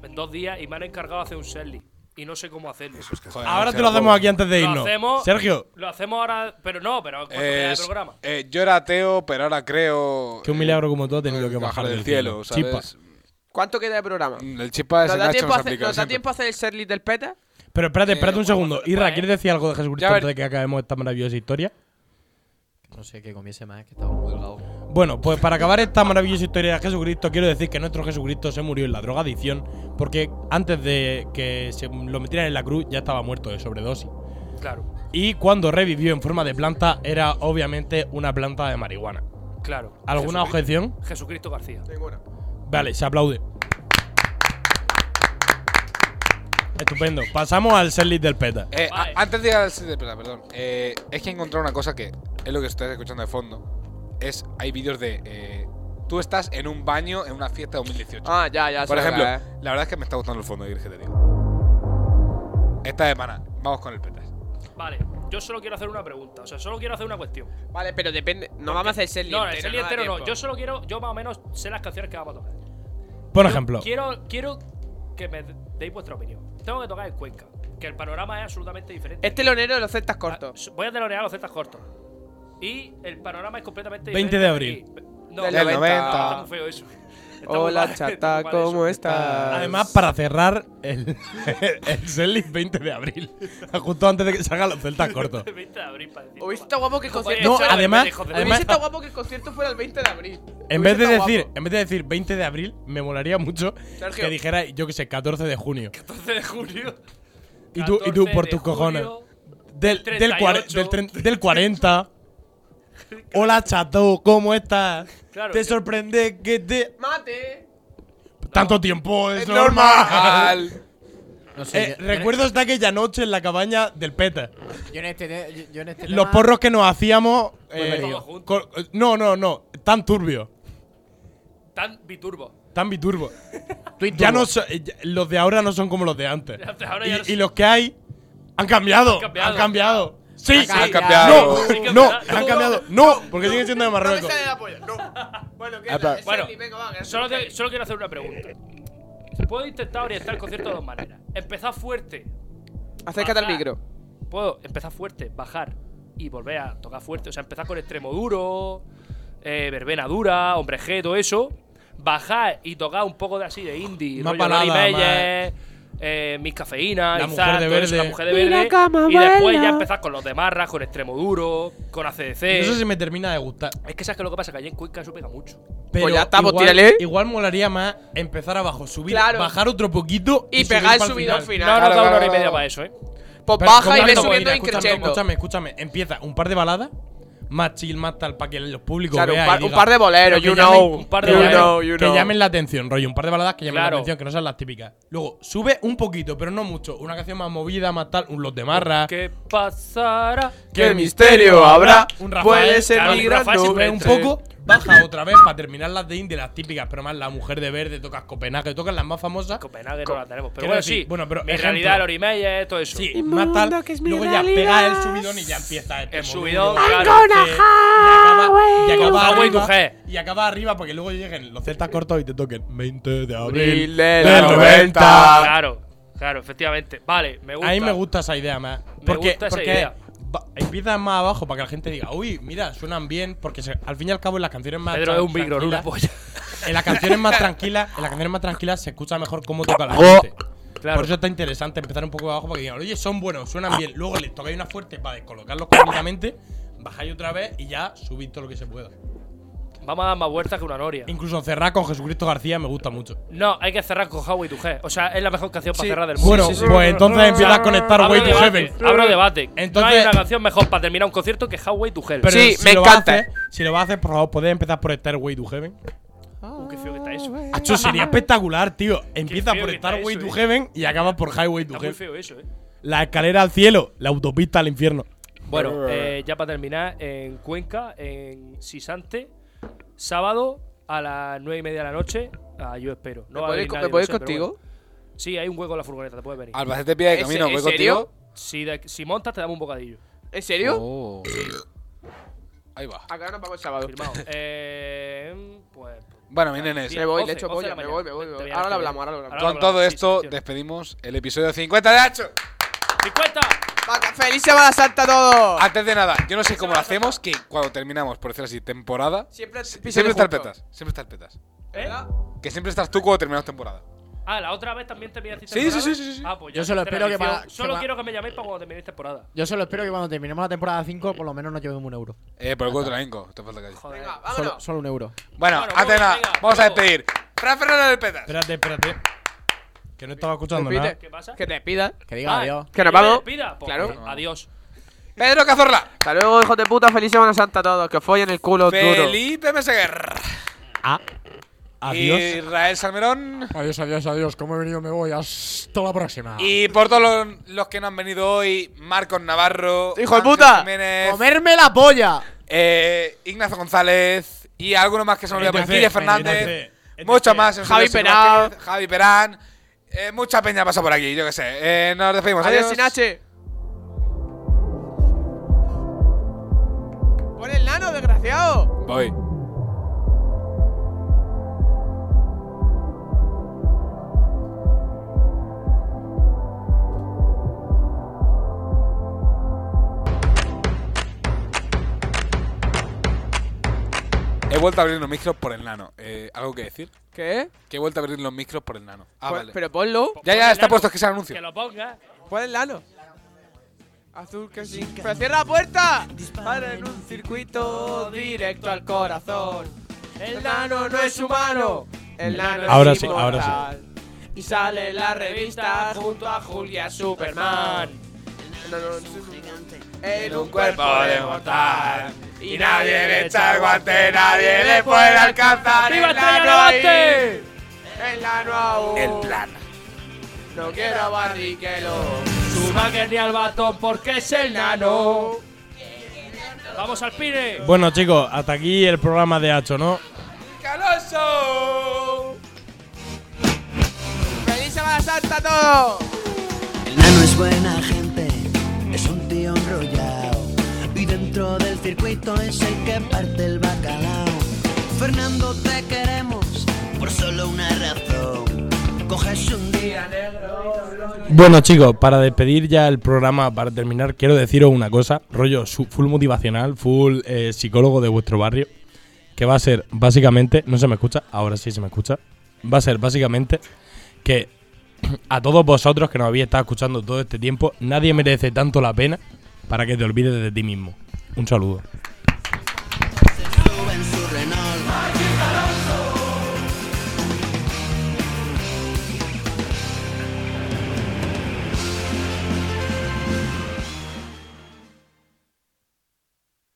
[SPEAKER 8] en dos días, y me han encargado de hacer un setlist. y no sé cómo hacerlo.
[SPEAKER 2] Joder,
[SPEAKER 4] Ahora
[SPEAKER 2] no
[SPEAKER 4] te lo
[SPEAKER 2] sé,
[SPEAKER 4] hacemos aquí antes de
[SPEAKER 8] Lo
[SPEAKER 4] irnos.
[SPEAKER 8] hacemos-
[SPEAKER 4] Sergio,
[SPEAKER 8] Lo hacemos ahora, pero no, pero cuando queda el
[SPEAKER 2] Es-
[SPEAKER 8] programa.
[SPEAKER 2] eh, yo era ateo, pero ahora creo.
[SPEAKER 4] que un
[SPEAKER 2] eh,
[SPEAKER 4] milagro como tú ha tenido que
[SPEAKER 2] bajar del cielo, ¿sabes?
[SPEAKER 4] Chispa.
[SPEAKER 6] ¿Cuánto queda de programa?
[SPEAKER 2] El chispa es
[SPEAKER 6] ¿Nos
[SPEAKER 2] el
[SPEAKER 6] da,
[SPEAKER 2] Nacho
[SPEAKER 6] tiempo a
[SPEAKER 2] nos
[SPEAKER 6] hacer,
[SPEAKER 2] aplica
[SPEAKER 6] ¿Nos da
[SPEAKER 2] siempre.
[SPEAKER 6] tiempo a hacer el ser Little Peta?
[SPEAKER 4] Pero
[SPEAKER 2] Eh,
[SPEAKER 4] espérate, espérate un segundo.
[SPEAKER 8] después,
[SPEAKER 4] Ira,
[SPEAKER 8] ¿eh?
[SPEAKER 4] ¿quieres decir algo de Jesucristo
[SPEAKER 2] Ya, a ver.
[SPEAKER 4] antes de que acabemos esta maravillosa historia?
[SPEAKER 9] No sé, que comiese más, que estaba muy delgado.
[SPEAKER 4] Bueno, pues para acabar esta maravillosa historia de Jesucristo, quiero decir que nuestro Jesucristo se murió en la drogadicción, porque antes de que se lo metieran en la cruz ya estaba muerto de sobredosis.
[SPEAKER 8] Claro,
[SPEAKER 4] Y cuando revivió en forma de planta, era obviamente una planta de marihuana.
[SPEAKER 8] claro.
[SPEAKER 4] ¿Alguna
[SPEAKER 8] Jesucristo-
[SPEAKER 4] objeción?
[SPEAKER 8] Jesucristo García.
[SPEAKER 4] Vale, se aplaude. Estupendo. Pasamos al setlist del PETA.
[SPEAKER 2] Eh, a-
[SPEAKER 8] Vale.
[SPEAKER 2] antes de ir al siguiente, perdón, perdón. Eh, es que he encontrado una cosa que es lo que estás escuchando de fondo. Es hay vídeos de eh, tú estás en un baño en una fiesta de 2018.
[SPEAKER 6] Ah, ya, ya.
[SPEAKER 2] Por
[SPEAKER 6] se
[SPEAKER 2] ejemplo,
[SPEAKER 6] verá, eh.
[SPEAKER 2] la verdad es que me está gustando el fondo de que te digo. Esta semana, vamos con el petas.
[SPEAKER 8] Vale, yo solo quiero hacer una pregunta, o sea, solo quiero hacer una cuestión.
[SPEAKER 6] Vale, pero depende. No vamos a hacer el ser
[SPEAKER 8] No,
[SPEAKER 6] entero.
[SPEAKER 8] el serie
[SPEAKER 6] da
[SPEAKER 8] entero no,
[SPEAKER 6] tiempo.
[SPEAKER 8] yo solo quiero, yo más o menos sé las canciones que vamos a tocar.
[SPEAKER 4] Por
[SPEAKER 8] Yo
[SPEAKER 4] ejemplo,
[SPEAKER 8] Quiero, quiero que me deis vuestra opinión. Tengo que tocar en Cuenca, que el panorama es absolutamente diferente.
[SPEAKER 6] Este Es telonero de los celtas
[SPEAKER 8] Ah,
[SPEAKER 6] cortos.
[SPEAKER 8] Voy a telonear los celtas cortos. Y el panorama es completamente
[SPEAKER 4] 20
[SPEAKER 8] diferente.
[SPEAKER 4] de
[SPEAKER 8] aquí. No,
[SPEAKER 6] Del
[SPEAKER 8] no,
[SPEAKER 2] 90.
[SPEAKER 8] Está muy feo eso. Está muy
[SPEAKER 6] Hola,
[SPEAKER 8] mal,
[SPEAKER 6] chata,
[SPEAKER 8] está muy mal
[SPEAKER 6] ¿cómo
[SPEAKER 8] eso.
[SPEAKER 6] estás?
[SPEAKER 4] además, para cerrar el, el setlist 20 de abril, justo antes de que salgan los celtas cortos.
[SPEAKER 8] 20 de abril, para decir,
[SPEAKER 6] Hubiese
[SPEAKER 8] toma.
[SPEAKER 6] estado guapo que el
[SPEAKER 8] Joder,
[SPEAKER 6] concierto.
[SPEAKER 4] No,
[SPEAKER 8] eso es
[SPEAKER 4] además-
[SPEAKER 8] pendejo de-
[SPEAKER 4] además-
[SPEAKER 6] Hubiese estado guapo que el concierto fuera el 20 de abril.
[SPEAKER 4] En
[SPEAKER 6] Hubiese
[SPEAKER 4] vez, de
[SPEAKER 6] estado
[SPEAKER 4] decir,
[SPEAKER 6] guapo.
[SPEAKER 4] en vez de decir 20 de abril, me molaría mucho
[SPEAKER 6] Sergio.
[SPEAKER 4] que dijera, yo que sé, 14 de junio.
[SPEAKER 8] 14 de junio.
[SPEAKER 4] Y tú, y tú
[SPEAKER 8] 14
[SPEAKER 4] por
[SPEAKER 8] de
[SPEAKER 4] tus cojones.
[SPEAKER 8] julio.
[SPEAKER 4] Del, del, cuare-
[SPEAKER 8] 38.
[SPEAKER 4] del, tren- del 40. Hola, chato, ¿cómo estás?
[SPEAKER 8] Claro,
[SPEAKER 4] te
[SPEAKER 8] yo-
[SPEAKER 4] sorprende que te.
[SPEAKER 6] ¡Mate!
[SPEAKER 4] Tanto tiempo, es,
[SPEAKER 6] Es
[SPEAKER 4] normal.
[SPEAKER 6] normal.
[SPEAKER 9] No sé.
[SPEAKER 4] Eh,
[SPEAKER 9] yo-
[SPEAKER 4] recuerdos de aquella noche en la cabaña del PETA.
[SPEAKER 9] Yo en este, te- yo- yo en este
[SPEAKER 4] Los
[SPEAKER 9] tema-
[SPEAKER 4] porros que nos hacíamos. eh,
[SPEAKER 8] todos juntos.
[SPEAKER 4] cor- eh, no, no, no. Tan turbio.
[SPEAKER 8] Tan biturbo.
[SPEAKER 4] Tan biturbo. ya no so- eh, ya- los de ahora no son como los de antes.
[SPEAKER 8] Ahora ya no
[SPEAKER 4] y, y
[SPEAKER 8] son-
[SPEAKER 4] los que hay han cambiado. Han cambiado.
[SPEAKER 8] cambiado.
[SPEAKER 4] Sí,
[SPEAKER 9] Han
[SPEAKER 4] sí.
[SPEAKER 9] cambiado.
[SPEAKER 2] cambiado.
[SPEAKER 8] Sí,
[SPEAKER 4] No, no,
[SPEAKER 8] cambiado.
[SPEAKER 4] han cambiado. No, porque siguen siendo de
[SPEAKER 6] No me
[SPEAKER 4] Marruecos.
[SPEAKER 6] sale la polla. No. Bueno, ¿qué
[SPEAKER 2] Apa.
[SPEAKER 6] es
[SPEAKER 8] Bueno,
[SPEAKER 6] venga, va, que-
[SPEAKER 8] Solo, te- solo quiero hacer una pregunta. Puedo intentar orientar el concierto de dos maneras. Empezar fuerte.
[SPEAKER 6] Acércate al
[SPEAKER 8] bajar.
[SPEAKER 6] micro.
[SPEAKER 8] Puedo empezar fuerte, bajar y volver a tocar fuerte. O sea, empezar con extremo duro, eh, verbena dura, hombre G, todo eso. Bajar y tocar un poco de así de indie.
[SPEAKER 4] Más
[SPEAKER 8] rollo Lori
[SPEAKER 4] balada,
[SPEAKER 8] Meyer, eh, mis cafeína,
[SPEAKER 4] La
[SPEAKER 8] Izar,
[SPEAKER 4] Mujer de
[SPEAKER 8] todo eso, la
[SPEAKER 4] Verde.
[SPEAKER 8] mujer de verde. y después ya empezar con los de Marra, con extremo duro, con ACDC.
[SPEAKER 4] No sé si me termina de gustar.
[SPEAKER 8] Es que sabes que lo que pasa que allí en Cuenca eso pega mucho.
[SPEAKER 4] Pero
[SPEAKER 6] ya está, pues
[SPEAKER 4] igual,
[SPEAKER 6] tírale.
[SPEAKER 4] igual molaría más empezar abajo, subir,
[SPEAKER 6] Claro.
[SPEAKER 4] bajar otro poquito
[SPEAKER 6] Y,
[SPEAKER 4] subir
[SPEAKER 6] pegar el
[SPEAKER 4] pa'l
[SPEAKER 6] subidón al
[SPEAKER 8] No,
[SPEAKER 6] final.
[SPEAKER 8] no,
[SPEAKER 2] Claro,
[SPEAKER 8] da una hora y
[SPEAKER 2] claro,
[SPEAKER 8] media
[SPEAKER 2] claro.
[SPEAKER 8] para eso, ¿eh?
[SPEAKER 6] Pues
[SPEAKER 4] Pero
[SPEAKER 6] baja y
[SPEAKER 4] ¿cómo
[SPEAKER 6] ve
[SPEAKER 4] no?
[SPEAKER 6] subiendo
[SPEAKER 4] Mira,
[SPEAKER 6] y creciendo.
[SPEAKER 4] Escúchame, escúchame. Empieza un par de baladas, más chill, más tal, para que los públicos
[SPEAKER 6] Claro, un
[SPEAKER 4] vean y
[SPEAKER 6] par- un
[SPEAKER 4] digan,
[SPEAKER 6] par de boleros,
[SPEAKER 4] pero que
[SPEAKER 6] you
[SPEAKER 4] llamen-
[SPEAKER 6] know,
[SPEAKER 8] un par de
[SPEAKER 4] que
[SPEAKER 8] boleros.
[SPEAKER 4] llamen-
[SPEAKER 6] you
[SPEAKER 4] que
[SPEAKER 6] know.
[SPEAKER 4] llamen la atención, rollo. Un par de baladas que llamen
[SPEAKER 8] Claro.
[SPEAKER 4] la atención, que no sean las típicas. Luego, sube un poquito, pero no mucho. Una canción más movida, más tal, un Los de Marra.
[SPEAKER 8] ¿Qué pasará?
[SPEAKER 6] ¿Qué misterio habrá?
[SPEAKER 4] Un Rafael,
[SPEAKER 6] Puede ser
[SPEAKER 8] claro,
[SPEAKER 6] mi
[SPEAKER 8] un
[SPEAKER 6] gran
[SPEAKER 8] Rafael siempre
[SPEAKER 6] noche.
[SPEAKER 4] Sube un poco, baja otra vez para terminar las de indie, las típicas, pero más la mujer de verde, tocas Copenhague, tocas las más famosas.
[SPEAKER 8] Copenhague no la tenemos. Pero
[SPEAKER 4] Quiero
[SPEAKER 8] bueno,
[SPEAKER 4] decir,
[SPEAKER 8] sí.
[SPEAKER 4] bueno, pero
[SPEAKER 8] en
[SPEAKER 4] ejemplo.
[SPEAKER 8] realidad, Lori Meyer, todo eso.
[SPEAKER 4] Sí, más tal. Luego ya pega el subidón y ya empieza
[SPEAKER 8] El
[SPEAKER 4] modulo.
[SPEAKER 8] subidón,
[SPEAKER 4] Eh,
[SPEAKER 8] claro.
[SPEAKER 4] y acaba- y acaba
[SPEAKER 8] Highway to
[SPEAKER 4] arriba,
[SPEAKER 8] Hell.
[SPEAKER 4] y acaba arriba porque luego lleguen los celtas cortos y te toquen 20 de
[SPEAKER 6] Abril
[SPEAKER 4] abril
[SPEAKER 6] del
[SPEAKER 4] del
[SPEAKER 6] 90.
[SPEAKER 4] 90.
[SPEAKER 8] Claro, claro, efectivamente. Vale, me gusta.
[SPEAKER 4] Ah. A mí me gusta esa idea más. Porque,
[SPEAKER 8] gusta esa
[SPEAKER 4] porque
[SPEAKER 8] idea.
[SPEAKER 4] va- empiezan más abajo para que la gente diga, uy, mira, suenan bien. Porque se- al fin y al cabo en las canciones más.
[SPEAKER 8] Pedro es
[SPEAKER 4] tran-
[SPEAKER 8] un micro,
[SPEAKER 4] tranquilas-
[SPEAKER 8] una polla.
[SPEAKER 4] En las canciones más tranquilas, en las canciones más tranquilas se escucha mejor cómo toca la gente.
[SPEAKER 8] Claro.
[SPEAKER 4] Por eso está interesante empezar un poco abajo para que digan, oye, son buenos, suenan bien. Luego les tocáis una fuerte para descolocarlos completamente, bajáis otra vez y ya subís todo lo que se pueda.
[SPEAKER 8] Vamos a dar más vueltas que una noria.
[SPEAKER 4] Incluso cerrar con Jesucristo García me gusta mucho.
[SPEAKER 8] No, hay que cerrar con How y tu G. O sea, es la mejor canción para cerrar del mundo.
[SPEAKER 4] bueno,
[SPEAKER 8] Sí, sí, sí.
[SPEAKER 4] pues entonces empiezas con Star
[SPEAKER 8] Abro
[SPEAKER 4] Way to
[SPEAKER 8] debate,
[SPEAKER 4] Heaven.
[SPEAKER 8] Abro debate. no hay
[SPEAKER 4] Entonces-
[SPEAKER 8] una canción mejor para terminar un concierto que Highway to Hell.
[SPEAKER 4] Pero
[SPEAKER 6] Sí, me
[SPEAKER 4] lo vas a
[SPEAKER 6] encanta.
[SPEAKER 4] hacer- si lo vas a hacer, por favor, podéis empezar por Starway to Heaven.
[SPEAKER 8] Uh, qué feo que está eso.
[SPEAKER 4] Eso sería espectacular, tío. Empieza
[SPEAKER 8] feo
[SPEAKER 4] por
[SPEAKER 8] que está
[SPEAKER 4] Starway
[SPEAKER 8] eso,
[SPEAKER 4] to
[SPEAKER 8] eh.
[SPEAKER 4] Heaven y acabas por Highway to
[SPEAKER 8] Está muy
[SPEAKER 4] Heaven.
[SPEAKER 8] feo eso, eh.
[SPEAKER 4] La escalera al cielo, la autopista al infierno.
[SPEAKER 8] Bueno, eh, ya para terminar, en Cuenca, en Sisante, sábado a las nueve y media de la noche, ah, yo espero. No
[SPEAKER 6] ¿Me
[SPEAKER 8] va a
[SPEAKER 6] podéis
[SPEAKER 8] venir
[SPEAKER 6] co-
[SPEAKER 8] nadie,
[SPEAKER 6] me podéis
[SPEAKER 8] no sé, pero
[SPEAKER 6] contigo?
[SPEAKER 8] bueno. Sí, hay un hueco en la furgoneta, te puedes venir.
[SPEAKER 2] Albacete pide de
[SPEAKER 6] ¿En
[SPEAKER 2] camino,
[SPEAKER 6] se-
[SPEAKER 2] voy
[SPEAKER 6] en serio?
[SPEAKER 2] contigo.
[SPEAKER 8] Si, de- si montas, te damos un bocadillo.
[SPEAKER 6] ¿En serio?
[SPEAKER 2] Ahí va.
[SPEAKER 6] Acá nos vamos el sábado.
[SPEAKER 8] Firmado. eh, pues
[SPEAKER 2] Bueno, mis nenes,
[SPEAKER 8] Bien,
[SPEAKER 6] Me voy,
[SPEAKER 8] once,
[SPEAKER 6] le echo
[SPEAKER 8] once
[SPEAKER 6] polla,
[SPEAKER 8] de la
[SPEAKER 6] me
[SPEAKER 8] mañana.
[SPEAKER 6] voy, me voy, me voy.
[SPEAKER 8] Te voy a
[SPEAKER 6] Ahora lo
[SPEAKER 8] dejar.
[SPEAKER 6] hablamos, ahora lo hablamos.
[SPEAKER 8] lo
[SPEAKER 2] con todo
[SPEAKER 8] hablamos, sí,
[SPEAKER 2] esto
[SPEAKER 8] sí, sí.
[SPEAKER 2] despedimos el episodio 50 de Hacho.
[SPEAKER 8] 50.
[SPEAKER 6] Vaca- ¡Feliz Semana Santa a todos!
[SPEAKER 2] Antes de nada, yo no sé cómo lo hacemos, que cuando terminamos, por decir así, temporada,
[SPEAKER 6] Siempre,
[SPEAKER 2] siempre estás petas, siempre estás petas.
[SPEAKER 8] ¿Eh?
[SPEAKER 2] Que siempre estás tú cuando terminamos temporada.
[SPEAKER 8] Ah, la otra vez también terminé
[SPEAKER 2] Sí, sí, sí, sí, sí, sí.
[SPEAKER 8] Ah, pues
[SPEAKER 9] Yo
[SPEAKER 8] ya
[SPEAKER 9] solo
[SPEAKER 8] hice la
[SPEAKER 9] espero que
[SPEAKER 8] lección.
[SPEAKER 9] para- que
[SPEAKER 8] Solo
[SPEAKER 9] para-
[SPEAKER 8] quiero que me llaméis para cuando terminéis temporada.
[SPEAKER 9] Yo solo espero que cuando terminemos la temporada 5 por lo menos nos llevemos un euro.
[SPEAKER 2] Eh, por el culo te la hinco, te falta calle.
[SPEAKER 8] Joder.
[SPEAKER 6] Venga,
[SPEAKER 9] Solo,
[SPEAKER 6] vámonos.
[SPEAKER 9] solo un euro.
[SPEAKER 2] Bueno,
[SPEAKER 8] Bueno,
[SPEAKER 2] antes de nada,
[SPEAKER 8] venga,
[SPEAKER 2] vamos a
[SPEAKER 8] luego.
[SPEAKER 2] despedir. Fran Fernández del Petas.
[SPEAKER 4] Espérate, espérate. Que no estaba escuchando nada.
[SPEAKER 6] Repite.
[SPEAKER 8] ¿Qué pasa?
[SPEAKER 6] Que te despidas.
[SPEAKER 9] Que diga
[SPEAKER 8] Ah,
[SPEAKER 9] adiós.
[SPEAKER 6] Que nos
[SPEAKER 8] yo me
[SPEAKER 6] vamos.
[SPEAKER 8] despida? Pues,
[SPEAKER 6] Claro.
[SPEAKER 8] pues, Adiós.
[SPEAKER 2] Pedro Cazorla.
[SPEAKER 6] Hasta luego, hijos de puta. Feliz Semana Santa a todos. Que os follen el culo duro.
[SPEAKER 2] Felipe Meseguer.
[SPEAKER 4] Ah,
[SPEAKER 8] Eh,
[SPEAKER 4] Adiós.
[SPEAKER 2] Israel Salmerón.
[SPEAKER 10] Adiós, adiós, adiós. Como he venido, me voy. Hasta la próxima.
[SPEAKER 2] Y por todos los, los que no han venido hoy, Marcos Navarro,
[SPEAKER 6] ¡Hijo de
[SPEAKER 2] Ángel
[SPEAKER 6] puta!
[SPEAKER 2] Jiménez,
[SPEAKER 9] ¡Comerme la polla!
[SPEAKER 2] eh, Ignacio González y alguno más que se me olvidó,
[SPEAKER 4] ETC,
[SPEAKER 2] Guille Fernández,
[SPEAKER 4] ETC.
[SPEAKER 2] mucho más. se nos
[SPEAKER 6] Javi
[SPEAKER 2] olvidó Silvio
[SPEAKER 6] Perán.
[SPEAKER 2] Vázquez, Javi Perán, eh, mucha peña pasa por aquí, yo qué sé. Eh, nos despedimos.
[SPEAKER 6] Adiós, Sinache. Pon el nano, desgraciado.
[SPEAKER 2] Voy. He vuelto a abrir los micros por el nano. Eh, ¿Algo que decir?
[SPEAKER 6] ¿Qué?
[SPEAKER 2] Que he vuelto a abrir los micros por el nano. Ah,
[SPEAKER 6] Pon-
[SPEAKER 2] vale.
[SPEAKER 6] Pues, Pero ponlo.
[SPEAKER 2] ya, ya, está puesto, es que es el anuncio.
[SPEAKER 8] Que lo ponga.
[SPEAKER 6] Pon el nano. Azul que sí. ¡Pero cierra la puerta! Dispara en un circuito directo al corazón. El nano no es humano. El nano
[SPEAKER 4] Ahora
[SPEAKER 6] es
[SPEAKER 4] sí, ahora sí.
[SPEAKER 6] sí. Y sale en la revista junto a Julia Superman. El nano es un gigante. En un cuerpo de mortal. Y nadie le echa el guante, nadie le puede alcanzar.
[SPEAKER 8] ¡Viva
[SPEAKER 6] El nano
[SPEAKER 8] Estrella Levante!
[SPEAKER 6] ahí. El nano aún.
[SPEAKER 2] El plan.
[SPEAKER 6] No quiero a Barrichello.
[SPEAKER 8] Su máquina ni al batón porque es el nano. Vamos al pine.
[SPEAKER 4] Bueno, chicos, hasta aquí el programa de Hacho, ¿no?
[SPEAKER 2] ¡Caloso!
[SPEAKER 6] ¡Feliz Semana Santa a todos!
[SPEAKER 11] El nano es buena gente, es un tío enrollado. Y dentro del circuito es el que parte el bacalao. Fernando, te queremos por solo una razón. Coges un día negro.
[SPEAKER 4] Bueno, chicos, para despedir ya el programa, para terminar, quiero deciros una cosa, rollo su- full motivacional, full eh, psicólogo de vuestro barrio, que va a ser básicamente, no se me escucha, ahora sí se me escucha, va a ser básicamente que a todos vosotros que nos habéis estado escuchando todo este tiempo, nadie merece tanto la pena para que te olvides de ti mismo. Un saludo.